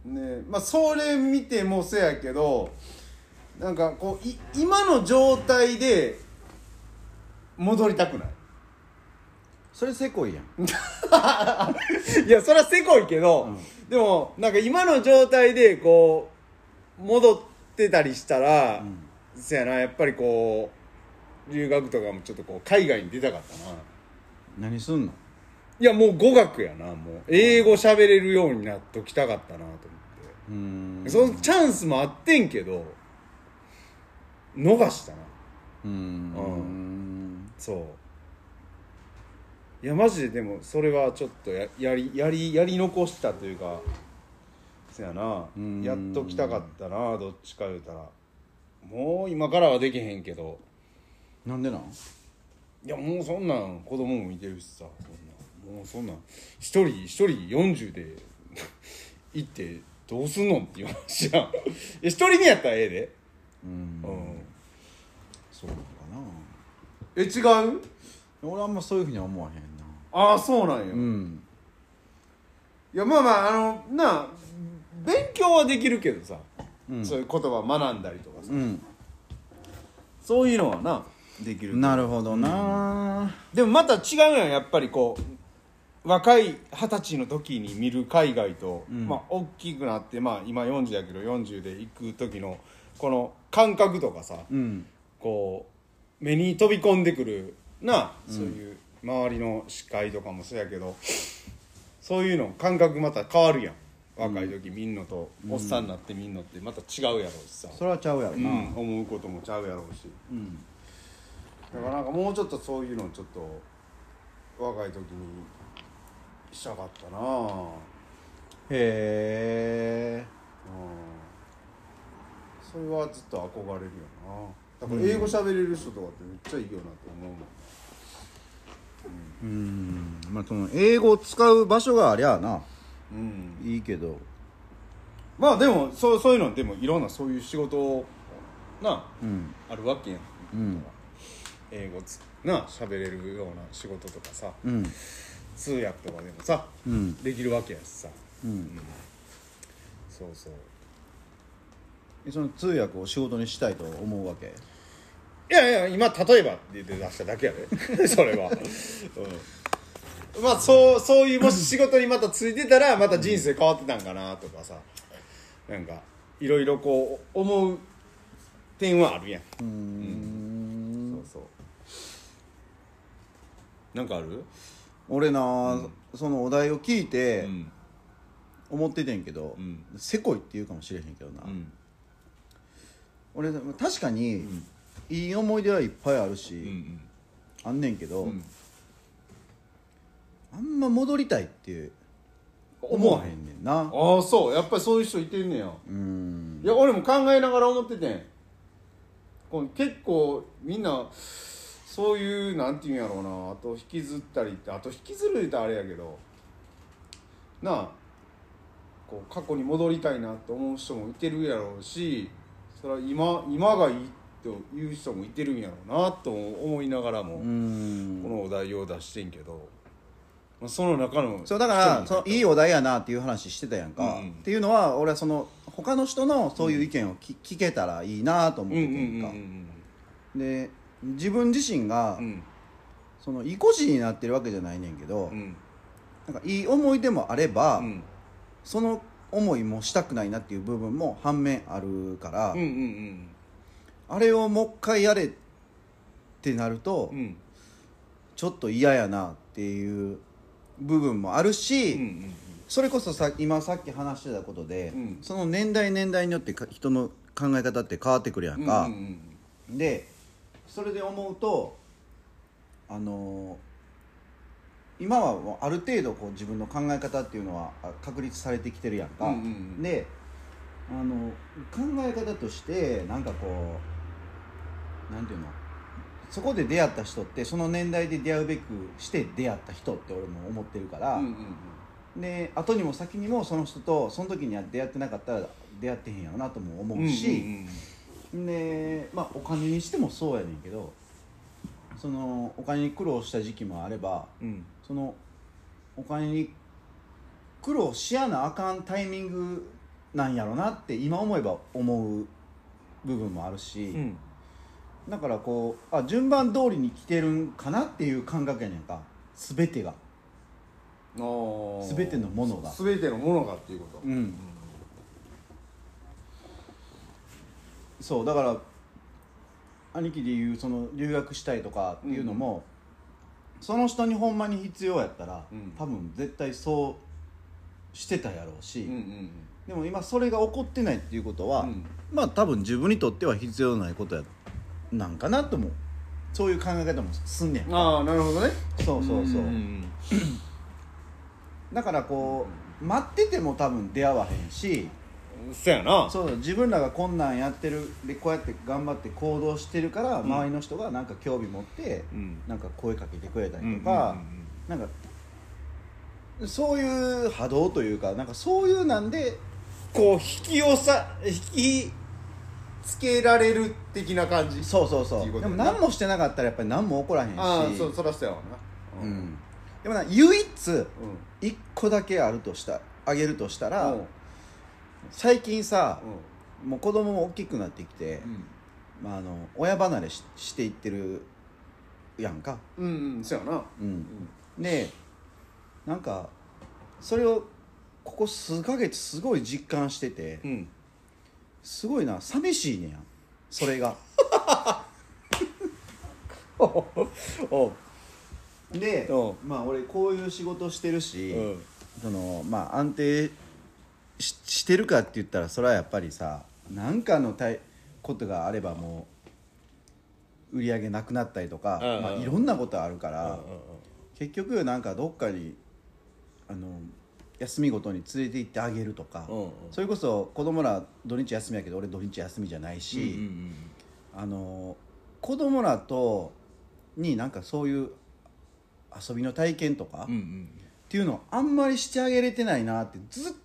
ねまあそれ見てもせやけどなんかこうい今の状態で戻りたくないそれせこいやんいやそれはせこいけど、でもなんか今の状態でこう戻ってたりしたら、せやなやっぱりこう留学とかもちょっとこう海外に出たかったな何すんのいやもう語学やなもう英語喋れるようになっときたかったなと思って、うーんそのチャンスもあってんけど逃したなうーんううんそういやマジででもそれはちょっとややりやりやり残したというかそやなうんやっときたかったなどっちか言うたらもう今からはできへんけどなんでなんいやもうそんなん子供もいてるしさそんなんもうそんなん一人一人40で行ってどうすんのっていう話じゃん一人にやったらええでうんうんそうなのかえ違うな俺あんまそういうふうには思わへんなああそうなんや、うんいやまあまああのなあ勉強はできるけどさ、そういう言葉学んだりとかさ、うんそういうのはなできるなるほどなでもまた違うやんやっぱりこう若い二十歳の時に見る海外と、んまあ大きくなってまあ今40やけど40で行く時のこの感覚とかさ、うんこう目に飛び込んでくるなあそういう周りの視界とかもそうやけど、そういうの感覚また変わるやん若い時見んのと、おっさんになって見んのってまた違うやろうしさ、それはちゃうやろうんな思うこともちゃうやろうしうんだからなんかもうちょっとそういうのちょっと若い時にしたかったなあへえうんそれはずっと憧れるよなだから英語喋れる人とかってめっちゃいいよなと思うもんうんまあその英語を使う場所がありゃあなうんいいけどまあでもそうそういうのでもいろんなそういう仕事をなうんあるわけやん、うん英語つな喋れるような仕事とかさうん通訳とかでもさ、うんできるわけやしさうんそうそうえその通訳を仕事にしたいと思うわけいやいや今例えばって言って出しただけや でそれは、うん、まあそうそういうもし仕事にまたついてたらまた人生変わってたんかなとかさなんかいろいろこう思う点はあるやうんんそうそうなんかある俺な、そのお題を聞いてん思っててんけど、うんせこいって言うかもしれへんけどな、うん俺確かに、いい思い出はいっぱいあるし、うんあんねんけど、うんあんま戻りたいって思思わわへへんんねんなああそうやっぱりそういう人いてんねやうんいや俺も考えながら思っててんこの結構みんなそういうなんていうんやろうなあと引きずったりってあと引きずるってあれやけどなあこう過去に戻りたいなと思う人もいてるやろうしそれは今今がいいという人もいてるんやろうなと思いながらも、うんこのお題を出してんけどまあその中のそうだからそのいいお題やなっていう話してたやんか、うんっていうのは俺はその他の人のそういう意見をき、聞けたらいいなと思っうんうてんてうんんうか、んで自分自身が、うんその意固地になってるわけじゃないねんけど、うんなんかいい思い出もあれば、うんその思いもしたくないなっていう部分も反面あるから、うんうんあれをもう一回やれってなると、うんうんちょっと嫌やなっていう部分もあるし、うんうんそれこそさ今さっき話してたことで、うんその年代年代によってか人の考え方って変わってくるやんか、うんうんうんでそれで思うとあのー今はもうある程度こう自分の考え方っていうのはあ確立されてきてるやんか、うんうんうんであの考え方としてなんかこうなんていうのそこで出会った人ってその年代で出会うべくして出会った人って俺も思ってるから、うんうんうんで後にも先にもその人とその時には出会ってなかったら出会ってへんやろなとも思うし、うんでまあお金にしてもそうやねんけどそのお金に苦労した時期もあればうんうんそのお金に苦労しやなあかんタイミングなんやろなって今思えば思う部分もあるし、うんだからこうあ順番通りに来てるんかなっていう感覚やねんか全てがあー全てのものが全てのものがっていうことうん、そうだから兄貴でいうその留学したいとかっていうのも、その人にほんまに必要やったら、うん多分絶対そうしてたやろうし、うんうんでも今それが起こってないっていうことは、うんまあ多分自分にとっては必要ないことやなんかなともそういう考え方もすんねんうんああなるほどねそうそうそう、んだからこう待ってても多分出会わへんしうんそやなそうだ自分らがこんなんやってるでこうやって頑張って行動してるから、周りの人がなんか興味持って、うんなんか声かけてくれたりとか、なんかそういう波動というかなんかそういうなんでこう引き寄さ引きつけられる的な感じそうそうそっていううことでもやな何もしてなかったらやっぱり何も起こらへんしああそうそらそうやわなうん、でもな唯一うん一個だけあるとしたあげるとしたら、うん最近さ、もう子供も大きくなってきて、まあ、あの親離れししていってるやんか、うんうんうんそうやなうん、でなんかそれをここ数ヶ月すごい実感しててうんすごいな寂しいねやんそれがおうでうまあ俺こういう仕事してるし、うんそのまあ安定ししてるかって言ったらそれはやっぱりさ何かのたいことがあればもう売り上げなくなったりとか、うんうんまあ、いろんなことあるから、うんうん結局なんかどっかにあの休みごとに連れて行ってあげるとか、うんうんそれこそ子供ら土日休みやけど俺土日休みじゃないし、うんうんあの子供らとになんかそういう遊びの体験とか、うんうっんていうのをあんまりしてあげれてないなってずっと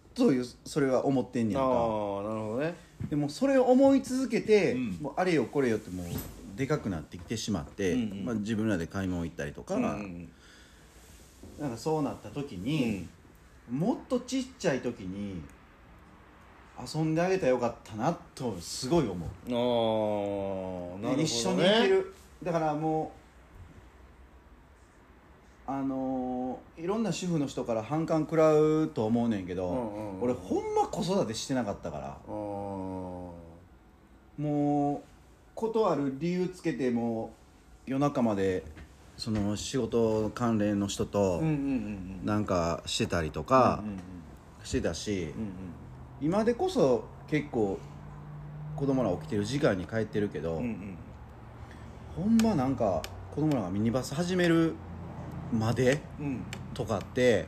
それは思ってんねあやあんかーなるほどねでもそれを思い続けて、うんもうあれよこれよってもうでかくなってきてしまって、うんうんまあ、自分らで買い物行ったりとか、うんうんなんかそうなった時うに。んもっとちっちゃい時に遊んであげたらよかったなとすごい思う、ああなるほどね一緒に行けるだからもうあのーいろんな主婦の人から反感食らうと思うねんけど、うんうんうん俺ほんま子育てしてなかったからああもう断る理由つけてもう夜中までその仕事関連の人とうんうんうんなんかしてたりとかうんうんしてたし、うん今でこそ結構子供ら起きてる時間に帰ってるけど、うんうんうんほんまなんか子供らがミニバス始めるまでうんとかって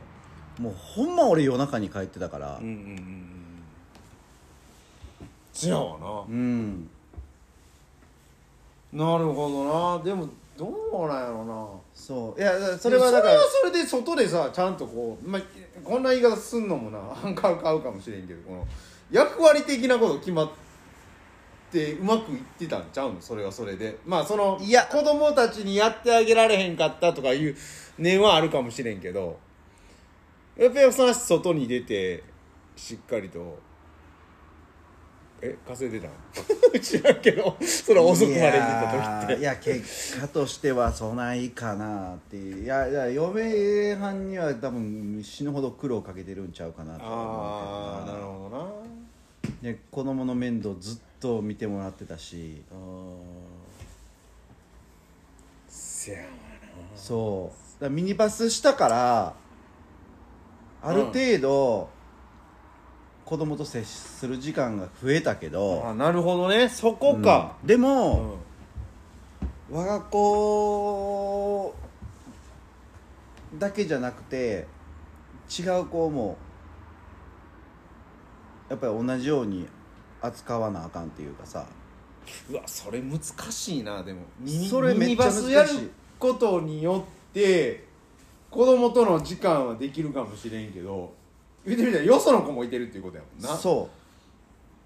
もうほんま俺夜中に帰ってたからうんうんうんうんせやわなうん、なるほどなでもどうなんやろなそういやそれはだからそれはそれで外でさちゃんとこう、まあ、こんな言い方すんのもな アンカー買うかもしれんけどこの役割的なこと決まってうまくいってたんちゃうのそれはそれでまあそのいや子供たちにやってあげられへんかったとかいう念はあるかもしれんけどやっぱりその足外に出てしっかりとえ稼いでたの 知らんけどそれは遅くまで出た時っいやーていや結果としてはそないかなっていういやいや嫁はんには多分死ぬほど苦労かけてるんちゃうかなとは思あうあけどなるなほどなで子供の面倒ずっと見てもらってたしあせやわそうだからミニバスしたからある程度、子供と接する時間が増えたけなあど、なるほどねそこか、うんでうんも、我が子だけじゃなくて違う子もやっぱり同じように扱わなあかんっていうかさうわそれ難しいなでもミそれめっちゃ難しいミニバスやることによって子供との時間はできるかもしれんけど言ってみたらよその子もいてるっていうことやもんなそ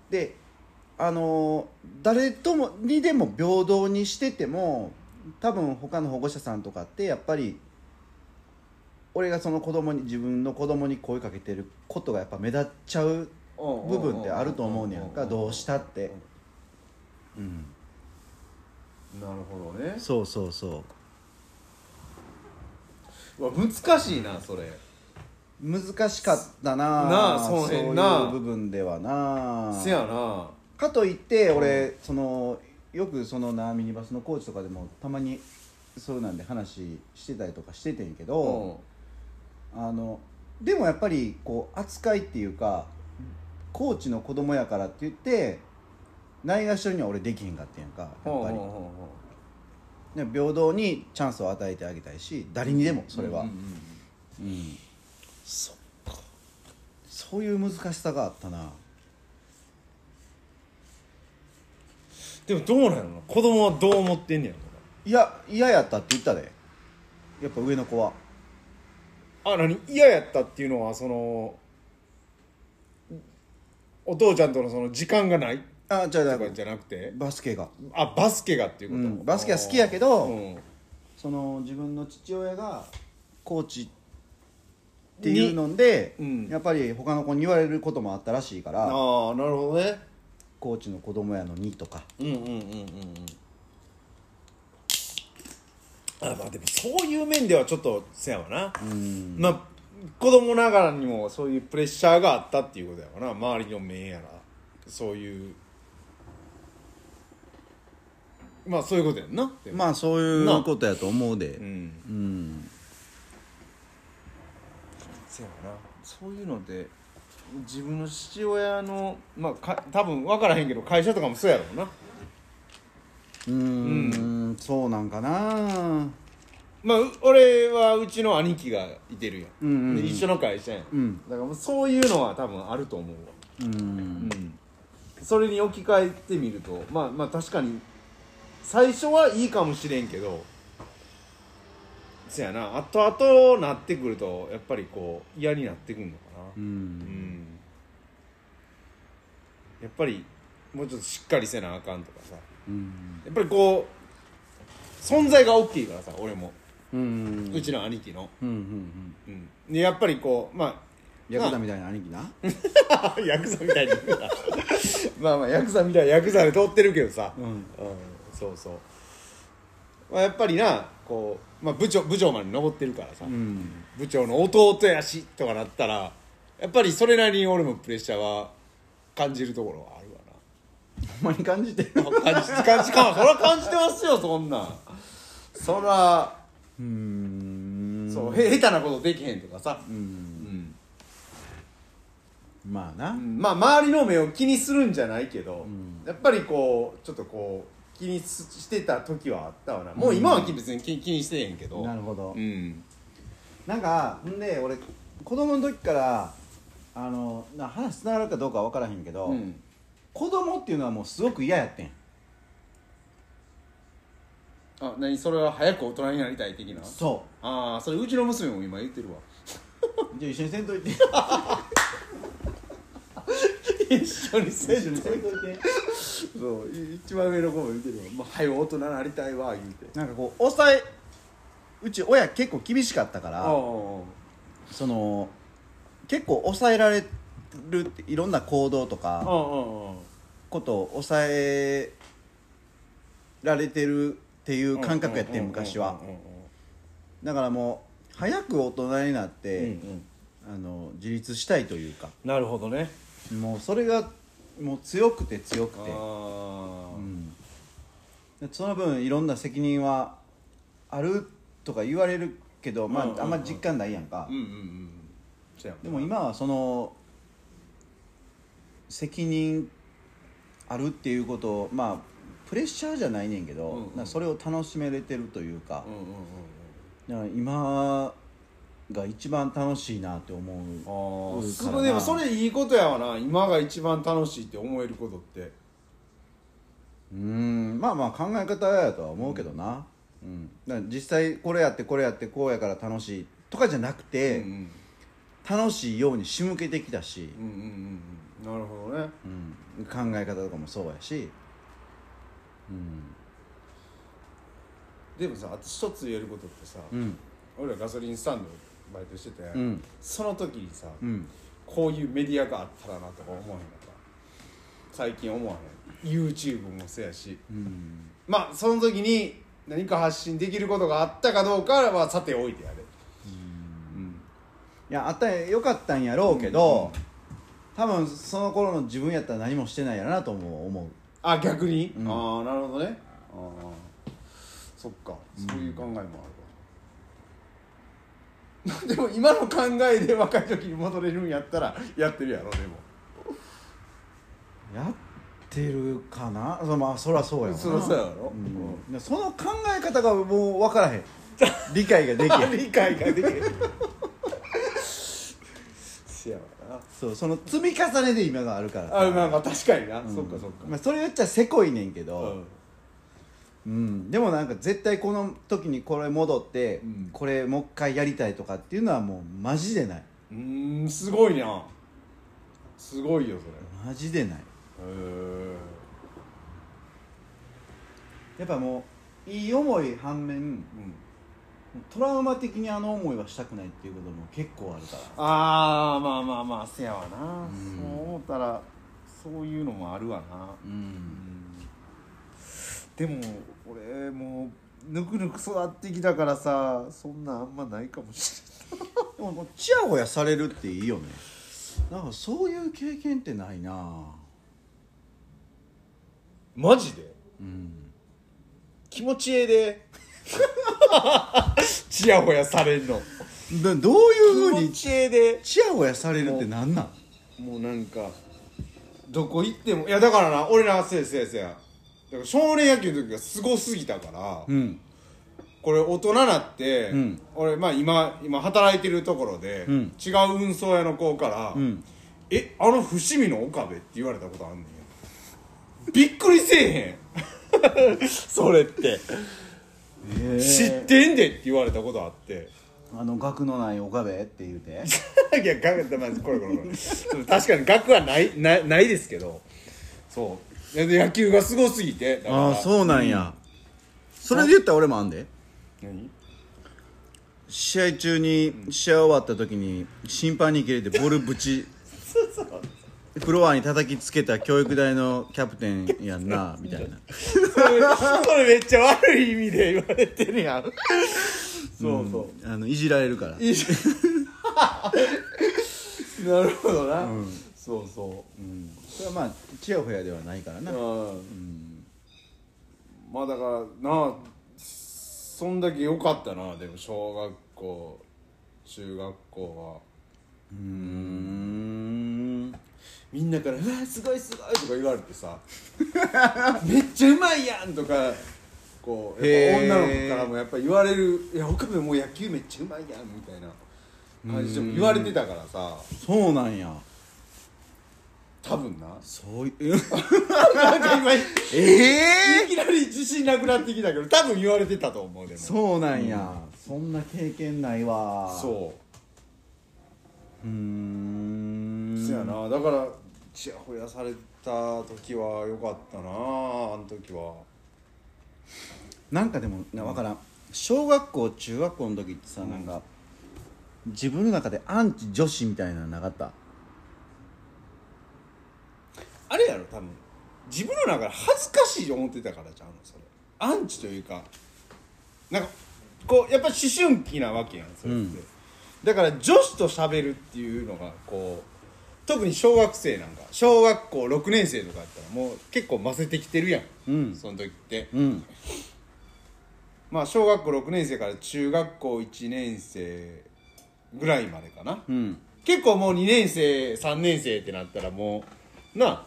うであのー誰ともにでも平等にしてても多分他の保護者さんとかってやっぱり俺がその子供に自分の子供に声かけてることがやっぱ目立っちゃう部分ってあると思うねやんかどうしたってうんなるほどねそうそうそうわ難しいなそれう難しかったななあその辺なそういう部分ではなせやなかといって俺、そのよくそのなミニバスのコーチとかでもたまにそうなんで話してたりとかしててんけど、あのでもやっぱりこう扱いっていうかコーチの子供やからって言ってないがしろには俺できへんかってんやんかやっうんぱりうんうんうんうんで平等にチャンスを与えてあげたいし誰にでもそれは、うんうんうんうんそっかそういう難しさがあったなでもどうなんやろな子供はどう思ってんねやろいや嫌やったって言ったでやっぱ上の子はなあ何嫌やったっていうのはそのお父ちゃんとのその時間がないあじゃあだとかからじゃなくてバスケがあバスケがっていうこと、うんバスケは好きやけどうんその自分の父親がコーチっていうので、にうんやっぱり他の子に言われることもあったらしいからああなるほどねコーチの子供やのにとかうんうんうんうんうんあまあでもそういう面ではちょっとせやわな、うんまあ子供ながらにもそういうプレッシャーがあったっていうことやわな周りの目やらそういうまあそういうことやんなでもまあそういうことやと思ううでんうんせやわなそういうので自分の父親のまあか多分分からへんけど会社とかもそうやろうなうんんそうなんかなまあう俺はうちの兄貴がいてるやん,、うんうんうんで一緒の会社やん、うんだからもうそういうのは多分あると思うわうんそれに置き換えてみるとまあまあ確かに最初はいいかもしれんけどそやな後々なってくるとやっぱりこう嫌になってくるのかうな、うんんやっぱりもうちょっとしっかりせなあかんとかさうんやっぱりこう存在が大きいからさ俺も、うんうんうちの兄貴の、うんうんうん、でやっぱりこうまあヤクザみたいな兄貴なあヤクザみたいに 言うな まあまあヤクザみたいなヤクザで通ってるけどさ、ううんんそうそう、まあ、やっぱりなこう、まあ、部長部長まで登ってるからさ、うん部長の弟やしとかなったらやっぱりそれなりに俺もプレッシャーは感じるところはあるわなほんまに感じ てる感じ感じかそら感じてますよそんなんそらうんそうへ下手なことできへんとかさ、うんうんまあな、うんまあ周りの目を気にするんじゃないけど、んやっぱりこうちょっとこう気にすしてた時はあったわなもう今は別に気気にしてへんけどなるほど、うんなんかんで俺子供の時からあのな話つながるかどうかは分からへんけど、うん子供っていうのはもうすごく嫌やってんあ何それは早く大人になりたい的なそああそれうちの娘も今言 ってるわ うじゃあ一緒にせんといて一緒にせ一緒にせんとい てそうい一番上の子も言ってるわ「もう早く大人になりたいわ」言うてなんかこう抑えうち親結構厳しかったかあらあその結構抑えられるっていろんな行動とか、うんうんうんことを抑えられてるっていう感覚やってうんんうんうんうん昔はうんうんだからもう早く大人になっうんうて、んあの自立したいというかなるほどねもうそれがもう強くて強くあて、ーうん、でその分いろんな責任はあるとか言われるけど、まあうんうんうんあんま実感ないやんか、うんうんうんそうやんでも今はその責任あるっていうことをまあプレッシャーじゃないねんけど、うんうんなんかそれを楽しめれてるというかうん、うんうんうんだから今が一番楽しいなって思うあうあんすからごいなでもそれいいことやわな今が一番楽しいって思えることってうんまあまあ考え方やとは思うけどな、うんだから実際これやってこれやってこうやから楽しいとかじゃなくて、うん楽しいように仕向けてきたしうん、うんうんうんなるほどねうん、考え方とかもそうやし、うんでもさあと一つ言えることってさ、うん俺らガソリンスタンドバイトしてて、うんその時にさ、うん、こういうメディアがあったらなとか思わへんかった最近思わへん YouTube もそうやしうんまあその時に何か発信できることがあったかどうかはさておいてやれうんいやあったんよかったんやろうけど、多分その頃の自分やったら何もしてないやろなとも思うあ逆に、うんああなるほどねああそっかそういう考えもあるわ、 でも今の考えで若い時に戻れるんやったらやってるやろでもやってるかなそ,、まあ、そらそうやわなそらそうやろんでその考え方がもう分からへん理解が できへん理解がで きるせやわそうその積み重ねで今があるからなあまあまあ確かにな、うんそっかそっか、まあ、それ言っちゃせこいねんけうど、んうんでもなんか絶対この時にこれ戻って、うんこれもう一回やりたいとかっていうのはもうマジでないうーんすごいなすごいよそれマジでないへやっぱもういい思い反面、え、うん、トラウマ的にあの思いはしたくないっていうことも結構あるからああまあまあまあせやわな、んそう思ったらそういうのもあるわな、うんでも俺もうぬくぬく育ってきたからさそんなんあんまないかもしでももうチヤホヤされるっていいよねなんかそういう経験ってないなれないマジでうん気持ちええ でちやほやされんのだどういうふう気持にちええでチヤホヤされるってなんなんもうなんかどこ行ってもいやだからな俺らせやせやせやだから少年野球の時がすごすぎたから、うんこれ大人なって、うん俺まあ今今働いてるところで、うん違う運送屋の子から「うんえあの伏見の岡部」って言われたことあんねんよびっくりせえ へんそれって、え 知ってんでって言われたことあってあの額のない岡部って言うていや額まあこれこれこれそう確かに額はないなないですけどそうでで野球がすごすぎてだからああそうなんや、それで言ったら俺もあんで何 試合中に試合終わった時に審判に切れてボールぶちフロアに叩きつけた教育大のキャプテンやんなみたいなそれそれめっちゃ悪い意味で言われてるやんそうそう、あのいじられるからいいじゃんなるほどな、そうそうんそれはまあちやほやではないからうなうん、まあだからなあそんだけ良かったなでも小学校中学校はうんみんなから「うわすごいすごい」とか言われてさ「めっちゃうまいやん」とかこうやっぱ女のへ子ーからもやっぱ言われる「いや岡部もう野球めっちゃうまいやん」みたいな感じでも言われてたからさそうなんや 多分なそういうなんか今ええいきなり自信なくなってきたけど多分言われてたと思うでもうそうなんやそんな経験ないわそううんうそやなだからちやほやされた時は良かったなあの時はなんかでもなわからん小学校中学校の時ってさ、なんか自分の中でアンチ女子みたいなのなかったあれやろ多分自分の中で恥ずかしいと思ってたからじゃんそれアンチというかなんかこうやっぱ思春期なわけやんそれって、うんだから女子と喋るっていうのがこう特に小学生なんか小学校6年生とかやったらもう結構ませてきてるやん、うんその時って、うんまあ小学校6年生から中学校1年生ぐらいまでかな、うん結構もう2年生3年生ってなったらもうなあ、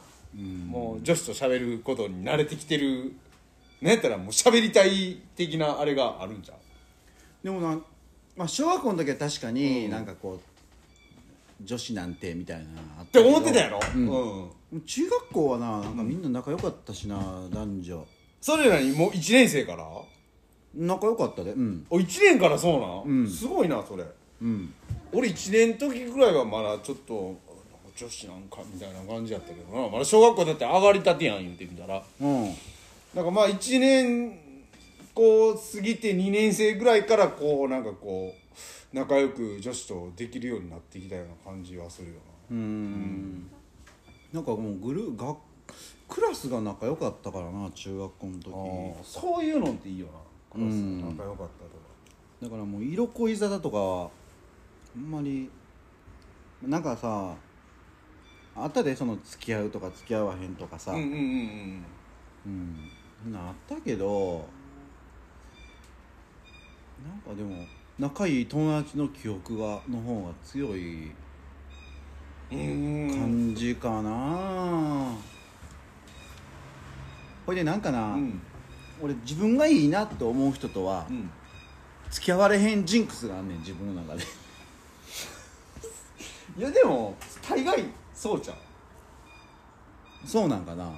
もう女子と喋ることに慣れてきてるなんやったらもう喋りたい的なあれがあるんじゃうでもなん、まあ、小学校の時は確かになんかこう、女子なんてみたいなっって思ってたやろ、ううんん中学校はななんかみんな仲良かったしな、男女それなのにもう1年生から仲良かったでうんお1年からそうなん、うんすごいなそれうん俺1年の時ぐらいはまだちょっと女子なんかみたいな感じやったけどなまだ小学校だって上がりたてやん言うてみたらうんなんかまあ1年こう過ぎて2年生ぐらいからこうなんかこう仲良く女子とできるようになってきたような感じはするようーんなんかもうグルー学クラスが仲良かったからな中学校な、のそういうのっていいよなクラうスん仲良かったとか、時だからもう色恋沙汰とかはあんまりなんかさあったでその付き合うとか付き合わへんとかさ、うん、うんうんうんうん、なったけどなんかでも仲いい友達の記憶がの方が強いうん感じかな、ほいでなんかな、うん俺自分がいいなって思う人とはうん付き合われへんジンクスがあんねん自分の中でいやでも大概そうじゃん、そうなんかなうん、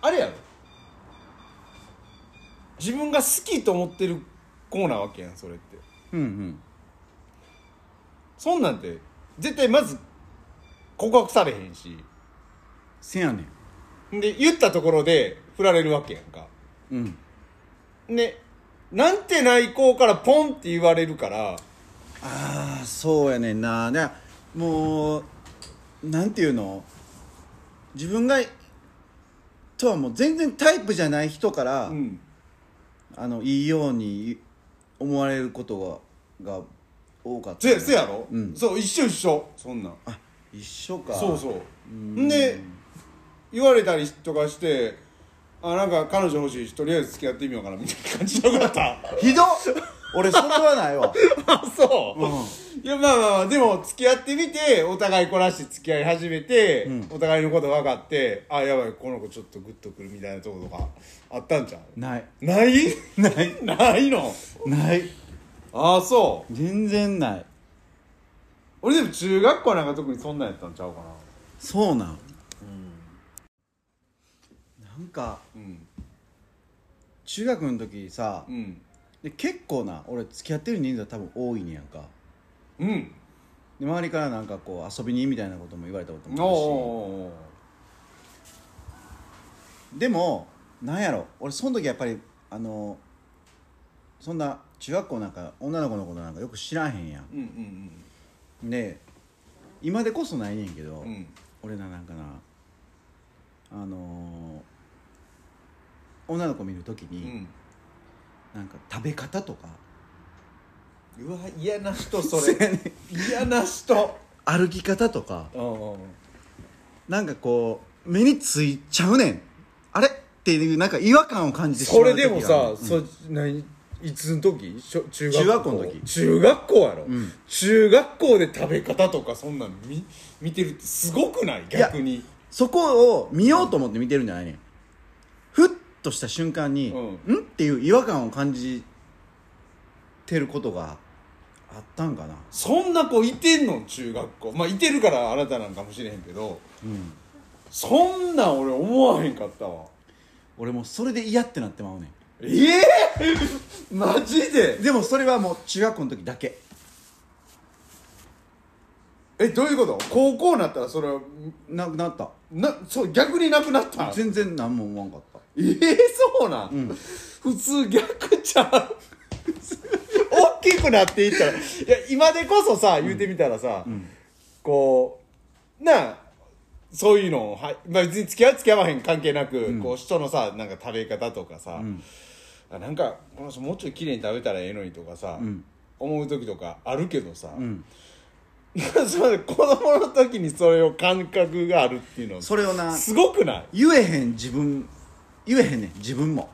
あれやろ自分が好きと思ってる子なわけやんそれってうんうんそんなんて絶対まず告白されへんしせやねんで言ったところで振られるわけやんかうんでなんてない子からポンって言われるからああそうやねんなねもうなんていうの自分がとはもう全然タイプじゃない人から、うんあのいいように思われることがが多かったそやそやろ、うんそう一緒一緒そんなんあ一緒かそうそううんで言われたりとかしてあなんか彼女欲しいしとりあえず付き合ってみようかなみたいな感じじゃ なかっひどっ俺それはないわたあそうう、んいやまあまあまあでも付き合ってみてお互いこらして付き合い始めて、うんお互いのこと分かってあやばいこの子ちょっとグッとくるみたいなとことかあったんじゃんないないない ないのないああそう全然ない俺でも中学校なんか特にそんなんやったんちゃうかなそうなん、なんかうん中学の時さ、うんで結構な俺付き合ってる人数は多分多いねやんかうんで周りからなんかこう遊びにみたいなことも言われたことおもおあるしでもなんやろ俺その時やっぱりあのそんな中学校なんか女の子のことなんかよく知らへんやうんうんんで今でこそないねんけど、うんうん俺ななんかなあのー女の子見るときに、なんか食べ方とかうんうわ嫌な人そ そうやれね嫌な人歩き方とかうんなんかこう目についちゃうねんあれっていうなんか違和感を感じてしまうそれでも時があさるそ何いつの時しょ中中学校の時中学校やろん中学校で食べ方とかそんなん見見てるってすごくない逆にそこを見ようと思って見てるんじゃないねんふっとした瞬間に、、うんっていう違和感を感じてることがあったんかなそんな子いてんの中学校まあいてるからあなたなんかもしれへんけどうんそんなん俺思わへんかったわ俺もうそれで嫌ってなってまうねんええ マジででもそれはもう中学校の時だけえどういうこと高校になったらそれはなくなったなそう逆になくなったんえ全然何も思わんかったえそうなん、ん普通逆ちゃう大きくくなっていったらいや今でこそさ言うてみたらさ、こうなあそういうのをは、まあ、別に付き合う付き合わへん関係なく、こう人のさなんか食べ方とかさ、あなんかこの人もうちょい綺麗に食べたらええのにとかさ、ん思う時とかあるけどさ、ん そう子供の時にそれを感覚があるっていうのはそれをなすごくない言えへん自分言えへんねん自分も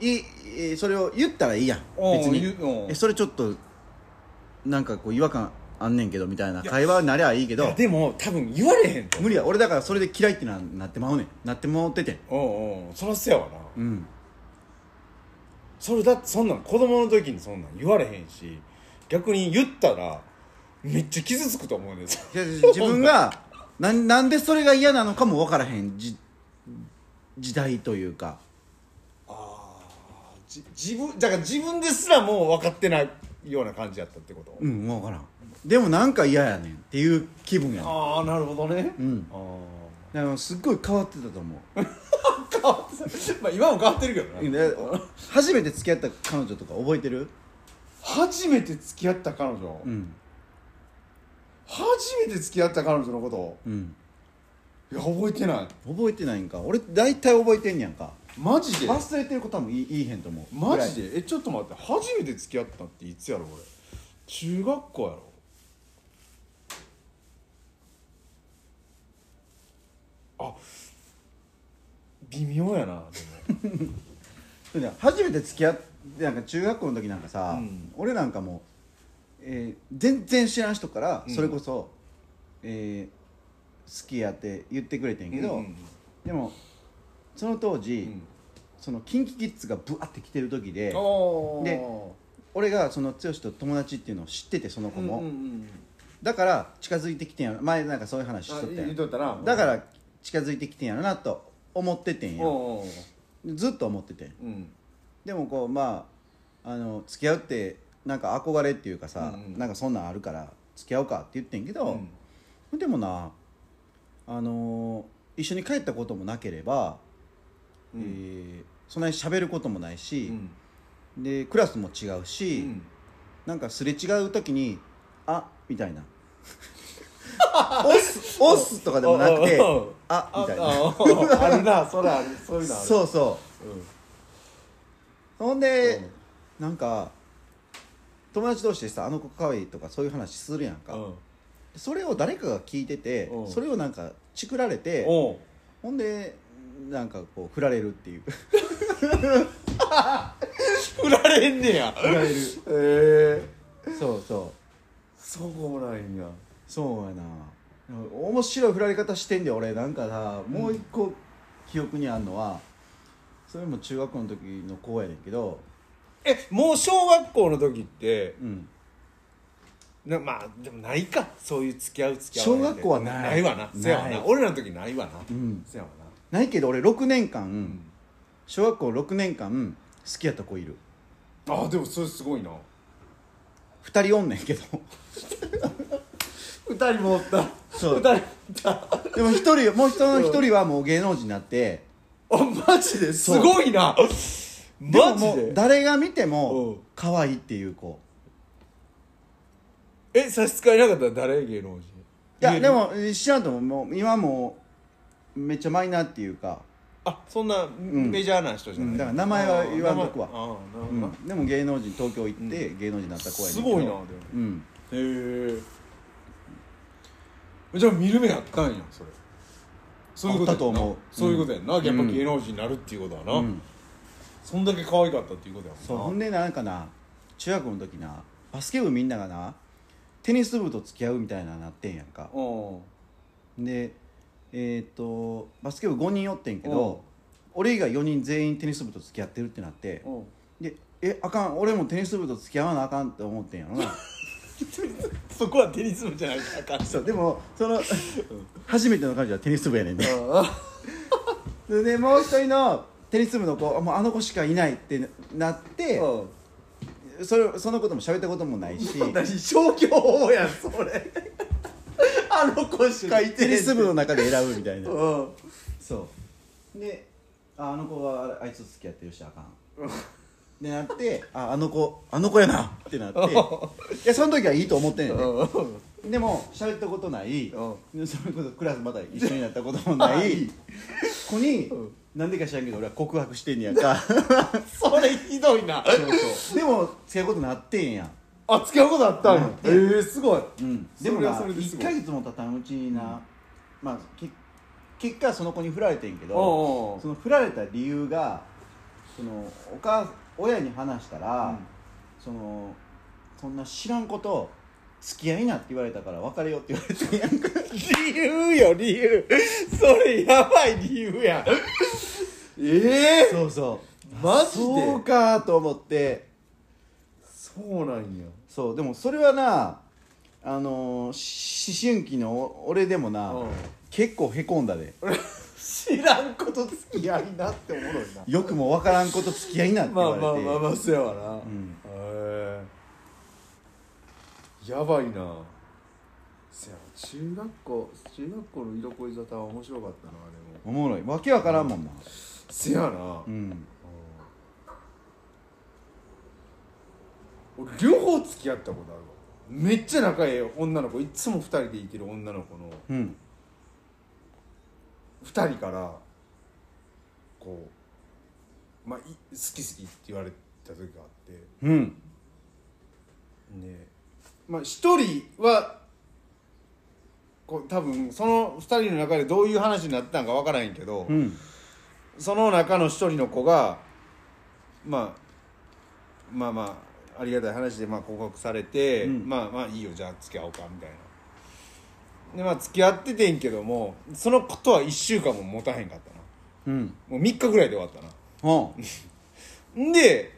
いえーそれを言ったらいいやんうん別言うにうんえそれちょっとなんかこう違和感あんねんけどみたいな会話になりゃいいけいやどでも多分言われへんと無理や俺だからそれで嫌いってななってまうねんなってまうててんうんうんそらせやわなうんそれだってそんなん子供の時にそんなん言われへんし逆に言ったらめっちゃ傷つくと思うんですよいや自分 がなんなんでそれが嫌なのかも分からへんじ時代というかじ自分だから自分ですらもう分かってないような感じやったってこと、うん分からんでもなんか嫌やねんっていう気分やねんああなるほどねうんあだからすっごい変わってたと思うあ変わって まあ今も変わってるけどなで初めて付き合った彼女とか覚えてる初めて付き合った彼女、うん初めて付き合った彼女のこうんといや覚えてない覚えてないんか俺大体覚えてんねやんかマジで忘れてることはもういいいいへんと思うマジぐらいでえちょっと待って初めて付き合ったっていつやろ俺中学校やろあ微妙やなでもそれで初めて付き合ってなんか中学校の時なんかさ、うん俺なんかもう、えー全然知らん人からそれこそ、えー好きやって言ってくれてんけど、うんうんでもその当時、うんその KinKiKids がブワって来てる時であで俺がその剛と友達っていうのを知っててその子も、うんうんうんだから近づいてきてんやろ前なんかそういう話しとったやあ言んっとったなだから近づいてきてんやろなと思っててんおやうおうずっと思っててんうんでもこうまああの付き合うってなんか憧れっていうかさ、うんうんなんかそんなんあるから付き合おうかって言ってんけど、うでもなあの一緒に帰ったこともなければ、うんえーそんなに喋ることもないし、んでクラスも違ううし、んなんかすれ違う時に「あみたいな「押す」押すとかでもなくておうおうおう「あみたいなあああるなそらあるそういうのあるそうそううんほんで、なんか友達同士でさ「あの子可愛いとかそういう話するやんか、うんそれを誰かが聞いてて、うんそれをなんかチクられて、おうほんでなんかこう振られるっていう振られんねやられるええそうそうそうなんやそうやな面白い振られ方してんで俺なんかさもう一個記憶にあるのはそれも中学校の時の子やねんけどえもう小学校の時ってうんなまあでもないかそういう付き合う付き合小学校はないないわなないせやわな俺らの時ないわなうんせやわなないけど俺6年間、ん小学校6年間好きやった子いるあでもそれすごいな2人おんねんけど二人もおったそう二人おったでも1人もう人の1人はもう芸能人になってあマジですうごいなマもジもでう誰が見てうんも可愛いっていう子え差し支えなかったら誰芸能人いや芸で能も知らんと思うもう今もうめっちゃマイナーっていうかあそんなメジャーな人じゃない、うんだから名前は言わんとくわあー名前あーなるほどな、うんでも芸能人東京行って芸能人になった子やねんすけどごいなでもうんへえじゃあ見る目あったんやそれそういうことあっやんなたと思うそういうことやんな、うんやっぱ芸能人になるっていうことだな、うんそんだけ可愛かったっていうことやそうもほんんなでなんかな中学の時なバスケ部みんながなテニス部と付き合うみたいななってんやんかうんでえっ、とバスケ部5人おってんけど俺以外4人全員テニス部と付き合ってるってなってうんでえあかん俺もテニス部と付き合わなあかんって思ってんやろ なそこはテニス部じゃないかあかんそうでもその初めての彼女はテニス部やねんねそれでもう一人のテニス部の子あもうあの子しかいないってなってうんそれそのことも喋ったこともないし 私消去法やんそれあの子しかいてテへんニス部の中で選ぶみたいなうんそうでああの子はあいつと付き合ってるしあかんってなってああの子あの子やなってなっていやその時はいいと思ってんねんねでも喋ったことないそれこそクラスまだ一緒になったこともない子になんでか知らんけど俺は告白してんねやんか それひどいなでも付き合うことなってんやんあ付き合うことあったんやえー、すごい、うん、でもそれはなそれです1ごいか月もたたんうちにな、まあけ結果その子に振られてんけどおうおうその振られた理由がそのお母親に話したら、うんそのそんな知らんこと付き合いなって言われたから別れようって言われてんやんか理由よ理由それやばい理由やんええそうそうマジでそうかと思ってそうなんやそうでもそれはなあのー思春期の俺でもな、うん結構へこんだで知らんこと付き合いなっておもろいなよくも分からんこと付き合いなって言まわあれてまあまあまあそうやわな、んへえやばいなせや中学校中学校の色恋沙汰は面白かったなあれもおもろいわけわからんもんなせやな、うん俺両方付き合ったことあるわめっちゃ仲ええ女の子いつも二人でいてる女の子のうん二人からこう、まあ、い好き好きって言われた時があってうんねまあ一人はこう多分その二人の中でどういう話になってたんかわからへんけど、うんその中の一人の子が、まあ、まあまあありがたい話でまあ告白されて、うんまあまあいいよじゃあ付き合おうかみたいなでまあ付き合っててんけどもそのことは1週間も持たへんかったなうんもう3日ぐらいで終わったなほうんで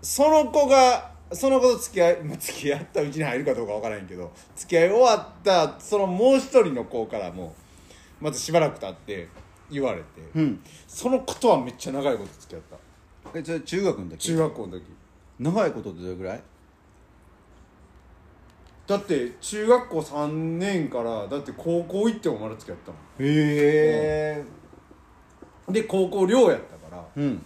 その子がその子と付き合い、まあ、付き合ったうちに入るかどうかわからへんけど付き合い終わったそのもう一人の子からもまたしばらく経って言われて、うんその子とはめっちゃ長いこと付き合ったえそれ中学の時中学校の時長いことってどれぐらいだって中学校3年からだって高校行ってもまだ付き合ったもへえんで高校寮やったからうん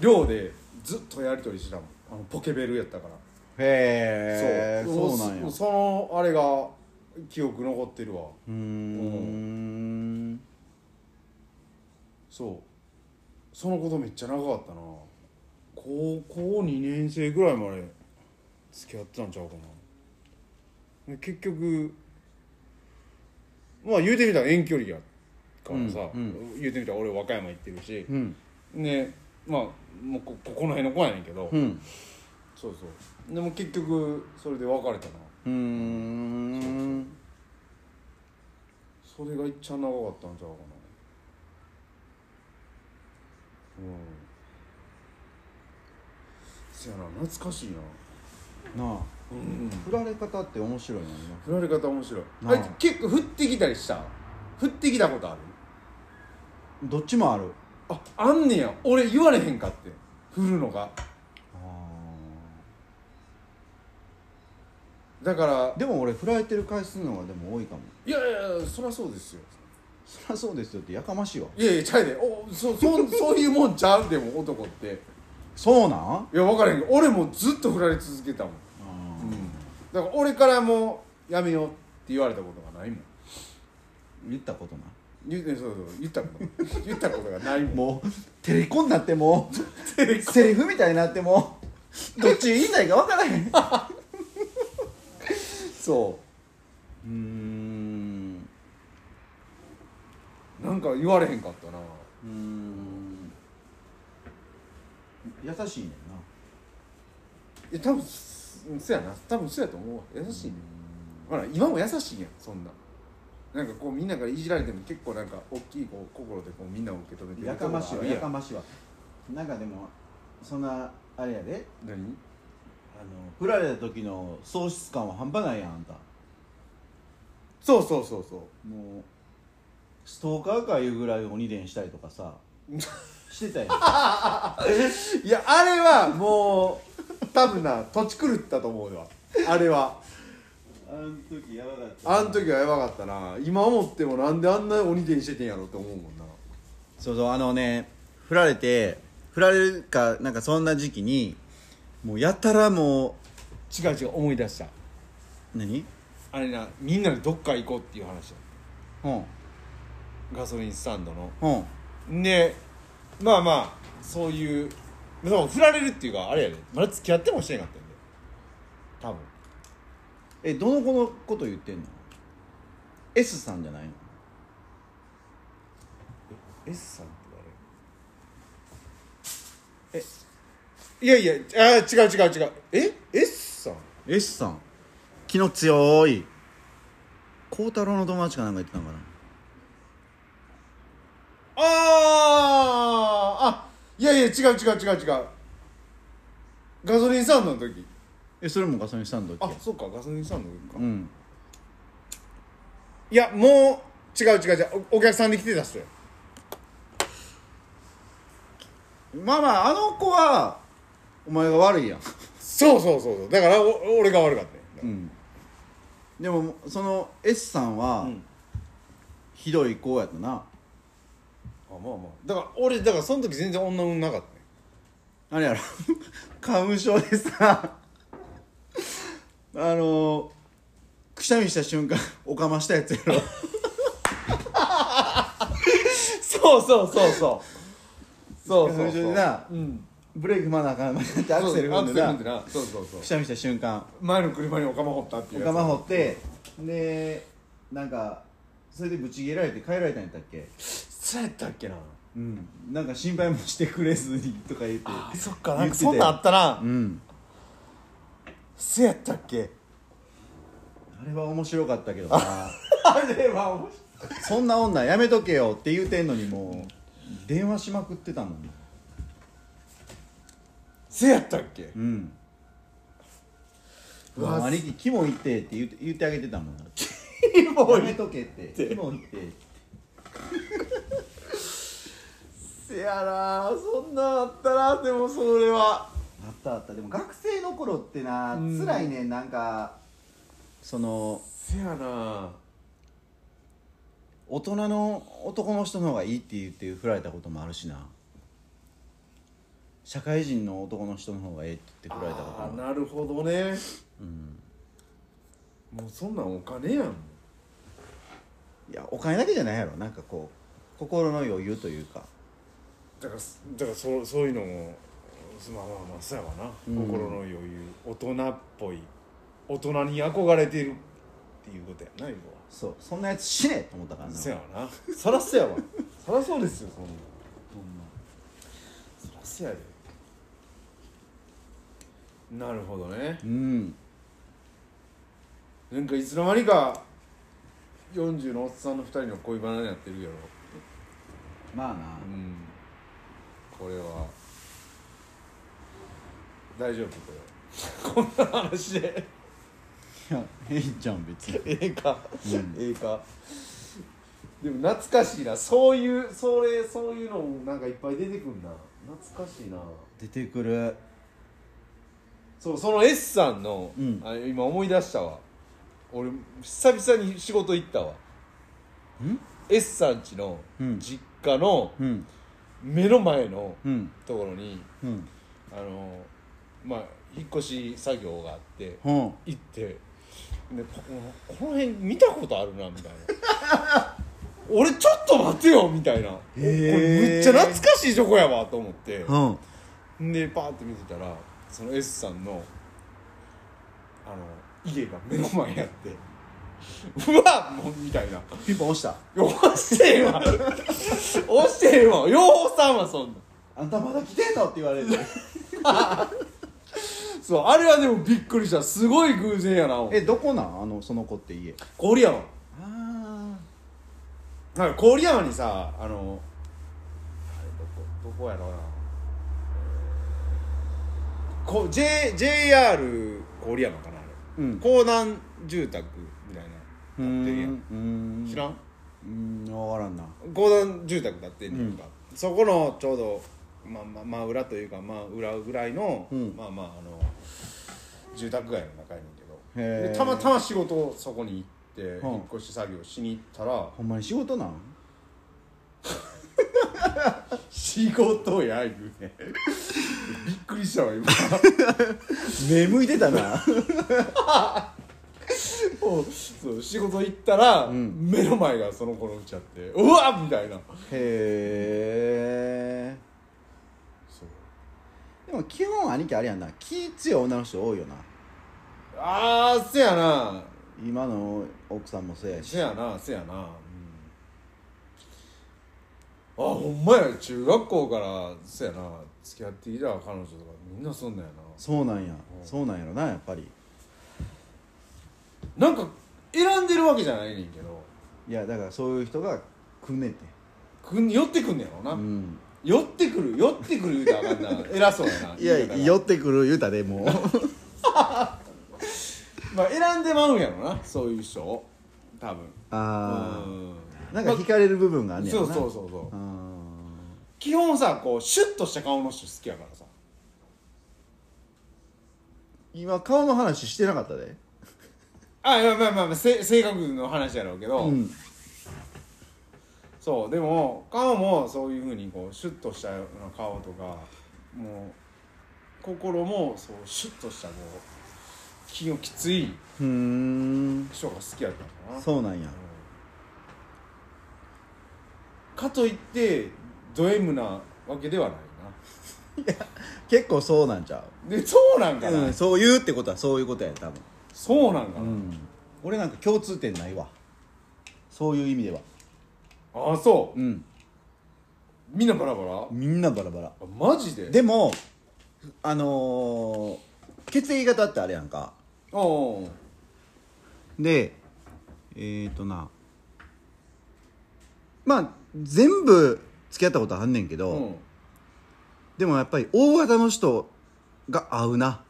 寮でずっとやり取りしてたもんあのポケベルやったからへえそうなんやそのあれが記憶残ってるわうーんそうそのことめっちゃ長かったな高校2年生ぐらいまで付き合ってたんちゃうかなで結局まあ言うてみたら遠距離やからさ、うん言うてみたら俺和歌山行ってるしう、んねまあもうこここの辺の子やねんけど、うんそうそうでも結局それで別れたなうーんそれが一番長かったんちゃうかなうんせやな懐かしいななあうん振られ方って面白いな振られ方面白いなあえ結構降ってきたりした降ってきたことある今どっちもあるああんねや俺言われへんかって降るのがあだからーでも俺振られてる回数の方がでも多いかもいやいやいやそりゃそうですよそりゃそうですよってやかましいわいやいやちゃうでおそそそういうもんちゃうでも男ってそうなんいや分からへんけど俺もずっと振られ続けたもんだから俺からもうやめようって言われたことがないもん言ったことない言ってそうそう言ったこと言ったことが ないもんもうテレコになってもうセリフみたいになってもうどっち言いたいか分からへんそうんうなんか言われへんかったなうん優しいねんないや多分そやな多分そやと思うわ優しいねほら今も優しいやんそんななんかこうみんなからいじられても結構なんか大きいこう心でこうみんなを受け止めてるやかましいわところやがかましいわなんかでもそんなあれやであるやん何あの振られた時の喪失感は半端ないやんあんたそうそうそうそうもうストーカーかいうぐらい鬼伝したりとか さしてたやんいやあれはもう多分な土地狂ったと思うわあれはあん時やばかったあん時はやばかったな今思ってもなんであんな鬼伝しててんやろって思うもんなそうそうあのね振られて振られるかなんかそんな時期にもうやたらも違う違う思い出したう何あれなみんなでどっか行こうっていう話だうんガソリンスタンドのうんでまあまあそういうでも振られるっていうかあれやでまだ付き合ってもしてなかったんで多分えどの子のこと言ってんの S さんじゃないの S さんって誰えいやいやあー違う違う違うえ S さん S さん気の強い孝太郎の友達かなんか言ってたのかなあーあいやいや違う違う違う違うガソリンスタンドの時えそれもガソリンスタンドっあけそっかガソリンスタンドの時か、うんいやもう違う違う違うおお客さんで来てた人やまあまああの子はお前が悪いやん、そうそうそうそうだからお俺が悪かったようん、でもその S さんは、うんひどい子やったなあまあまあだから俺だからその時全然女運なかったねあれやろ 花粉症でさ あのくしゃみした瞬間おかましたやつやろそうそうそうそうそうそう花粉症そうでなうんブレーキまだあかんなってアクセルそうア踏んでクセルな踏んでなそうそうそうくしゃみした瞬間前の車におかま掘ったっていおうかま掘っってでなんかそれでぶち切られて帰られたんやったっけそうやったっけなうんなんか心配もしてくれずにとか言ってあそっかな言んかってたそんなんあったなうんそうやったっけあれは面白かったけどなあれは面白いそんな女やめとけよって言うてんのにもう電話しまくってたもんそうやったっ けうんうわもう兄貴キモいってって言って言ってあげてたもんキモやめとけってキモいってせやなそんなんあったなでもそれはあったあったでも学生の頃ってな、うん辛いねんなんかそのせやな大人の男の人の方がいいって言って振られたこともあるしな社会人の男の人の方がええって言って振られたこともああーるなるほどねうん、もうそんなんお金やんいやお金だけじゃないやろなんかこう心の余裕というかだからだからそそういうのもまあまあまあそうやわな、うん心の余裕大人っぽい大人に憧れてるっていうことやな今はそうそんなやつ死ねと思ったからなそやわな そらそやわそらそうですよそんなんほんまそらそやでなるほどねうんなんかいつの間にか40のおっさんの2人の恋バナになってるやろまあなうんこれは大丈夫これ こんな話でいやええじゃん別にええか、うんええかでも懐かしいなそういうそれそういうのもなんかいっぱい出てくるな懐かしいな出てくるそうその S さんの、うんあ今思い出したわ俺久々に仕事行ったわん S さんちのうん実家のうん目の前のうんところに、うんあのまあ引っ越し作業があってうん行ってでこここの辺見たことあるなみたいな 俺ちょっと待てよみたいなこれめっちゃ懐かしいとこやわと思ってうんでパーって見てたらその S さんのあの家が目の前やってうわもうみたいなピンポン押した押してへんわ押してへんわようさんはそんなあんたまだ来てんのって言われ るそうあれはでもびっくりしたすごい偶然やなえどこなんあのその子って家郡山あなんか郡山にさあのあれどこどこやろうなこ J JR 郡山かなあうれん港南住宅みたいなう建ってるやんん知らんんうん分からんな公団住宅だってんねんか、そこのちょうど、まあ、まあまあ裏というかまあ裏ぐらいの、うんまあまああの住宅街の中やねんけへどーでたまたま仕事をそこに行っうて、ん引っ越し作業しに行ったらほんまに仕事なん仕事や言うね びっくりしたわ 今目向いてた なそうそう仕事行ったら、目の前がその子のうちあってうわっみたいなへえそうでも基本兄貴あれやんな気強い女の人多いよなあーせやな今の奥さんもそうやしせやなせやな、うん、あほんまや中学校からせやな付き合ってきた彼女とかみんなそんなんやそうなんやそうなんやろなやっぱりななんか選んでるわけじゃないねんけどいやだからそういう人がくんねんてくん寄ってくんねやろな、うん寄ってくる寄ってくる言うたらあかん な偉そうやないや言い方が寄ってくる言うたでもう まあ選んでまうんやろなそういう人を多分あうあなんか惹かれる部分があんんねやそろうなそうそうそうあ基本さこうシュッとした顔の人好きやからさー今顔の話してなかったであいやまあまあ、まあ、せ性格の話やろうけど、うんそうでも顔もそういうふうにこうシュッとしたような顔とかもう心もそうシュッとしたこう気のきついふーん人が好きやったのかなそうなんやうんかといってド M なわけではない結構そうなんちゃなでそうなんう、かな、うん、そう言うってことはそういうことや多分そうなんかな、うん俺なんか共通点ないわそういう意味ではああそううんみんなバラバラあみんなバラバラマジででもあのー血液型ってあれやんかああでえっ、ー、となまあ全部付き合ったことはあんねんけど、うんでもやっぱり大型の人が合うな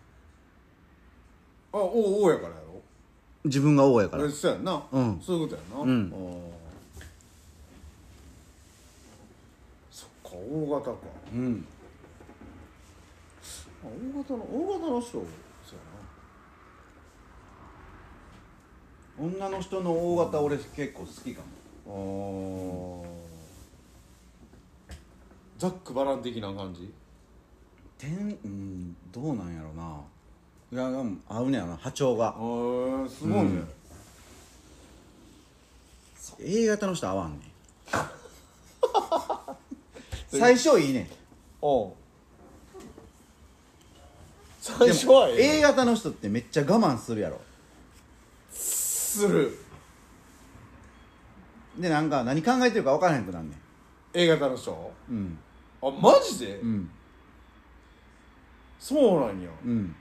あおおやからやろ自分が王やあかられそうやんな、うんそういうことやんな、うんあーそっか大型かうんあ大型の大型の人そうや女の人の大型俺結構好きかもなあーザックバラン的な感じてんうんどうなんやろないやうん合うねやな波長がへえすごいね、うん A 型の人合わんね ん最初いいねんおう最初はでもえ A 型の人ってめっちゃ我慢するやろするでなんか何考えてるか分からへんくなんね A 型の人んうんあマジで、うんそうなんや、うん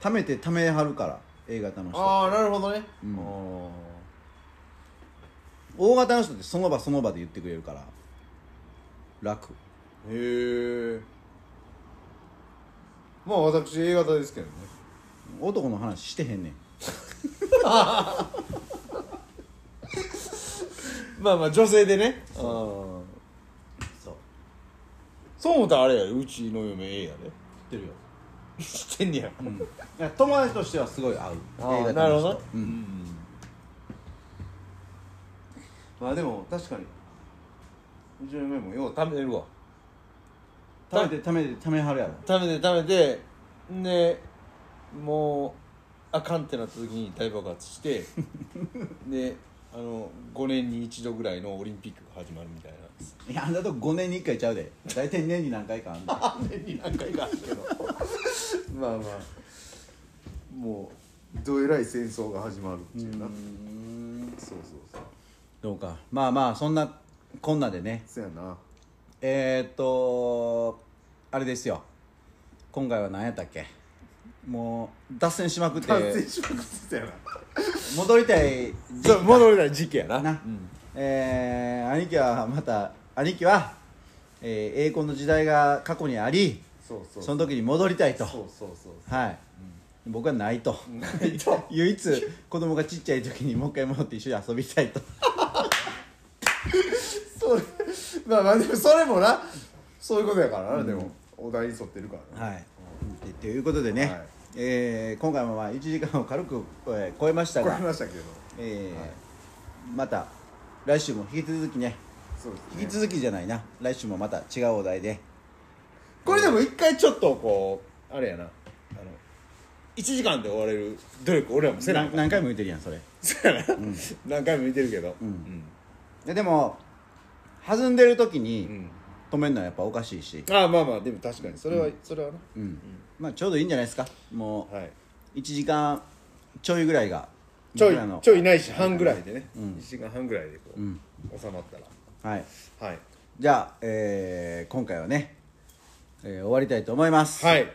貯めて貯めはるから A 型の人ああなるほどね、んあー O 型の人ってその場その場で言ってくれるから楽へえまあ私 A 型ですけどね男の話してへんねんまあまあ女性でねそそううそう思ったらあれやでうちの嫁 A や知っでてるよ知ってんねや、いや友達としてはすごい合うああ A 型の人なるほど、うんまあでも確かにうちの嫁もよう貯めるわ貯めて貯めて貯めはるやろ貯めて貯めてでもうあかんってなった時に大爆発して であの5年に一度ぐらいのオリンピックが始まるみたいないやあんなとこ5年に1回ちゃうで大体年に何回かあんだ年に何回かあるけど まあまあもうどえらい戦争が始まるっていうなそうそうそうどうかまあまあそんなこんなでねそやなえー、っとあれですよ今回は何やったっけもう脱線しまくってしまくってたやな戻りたいそう戻りたい時期やなな、えー兄貴はまた兄貴は、えー栄光の時代が過去にありそうそうその時に戻りたいとそうそうそうはい、僕はないとない と唯一子供がちっちゃい時にもう一回戻って一緒に遊びたいとそれまあまあでもそれもなそういうことやからな、でもお題に沿ってるからな、はいでということでね、はいえー今回もまあ1時間を軽くえー超えましたこれが、話したけどえーまた来週も引き続きね、そうですね引き続きじゃないな来週もまた違うお題でこれでも一回ちょっとこうあれやなあの1時間で終われる努力俺らもせなあなかん何回も言ってるやんそれそうやな何回も見てるけどんででも弾んでる時うんに止めるのはやっぱおかしいし、ああまあまあでも確かにそれはそれはなうんまあ、ちょうどいいんじゃないですかもはいう1時間ちょいぐらいがちょい僕らのちょいないし半ぐらいでねうん1時間半ぐらいでこうんう収まったらはいはいじゃあ、えー今回はね、えー終わりたいと思います、はい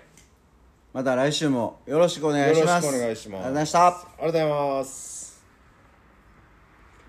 また来週もよろしくお願いしますよろしくお願いしますありがとうございましたありがとうございます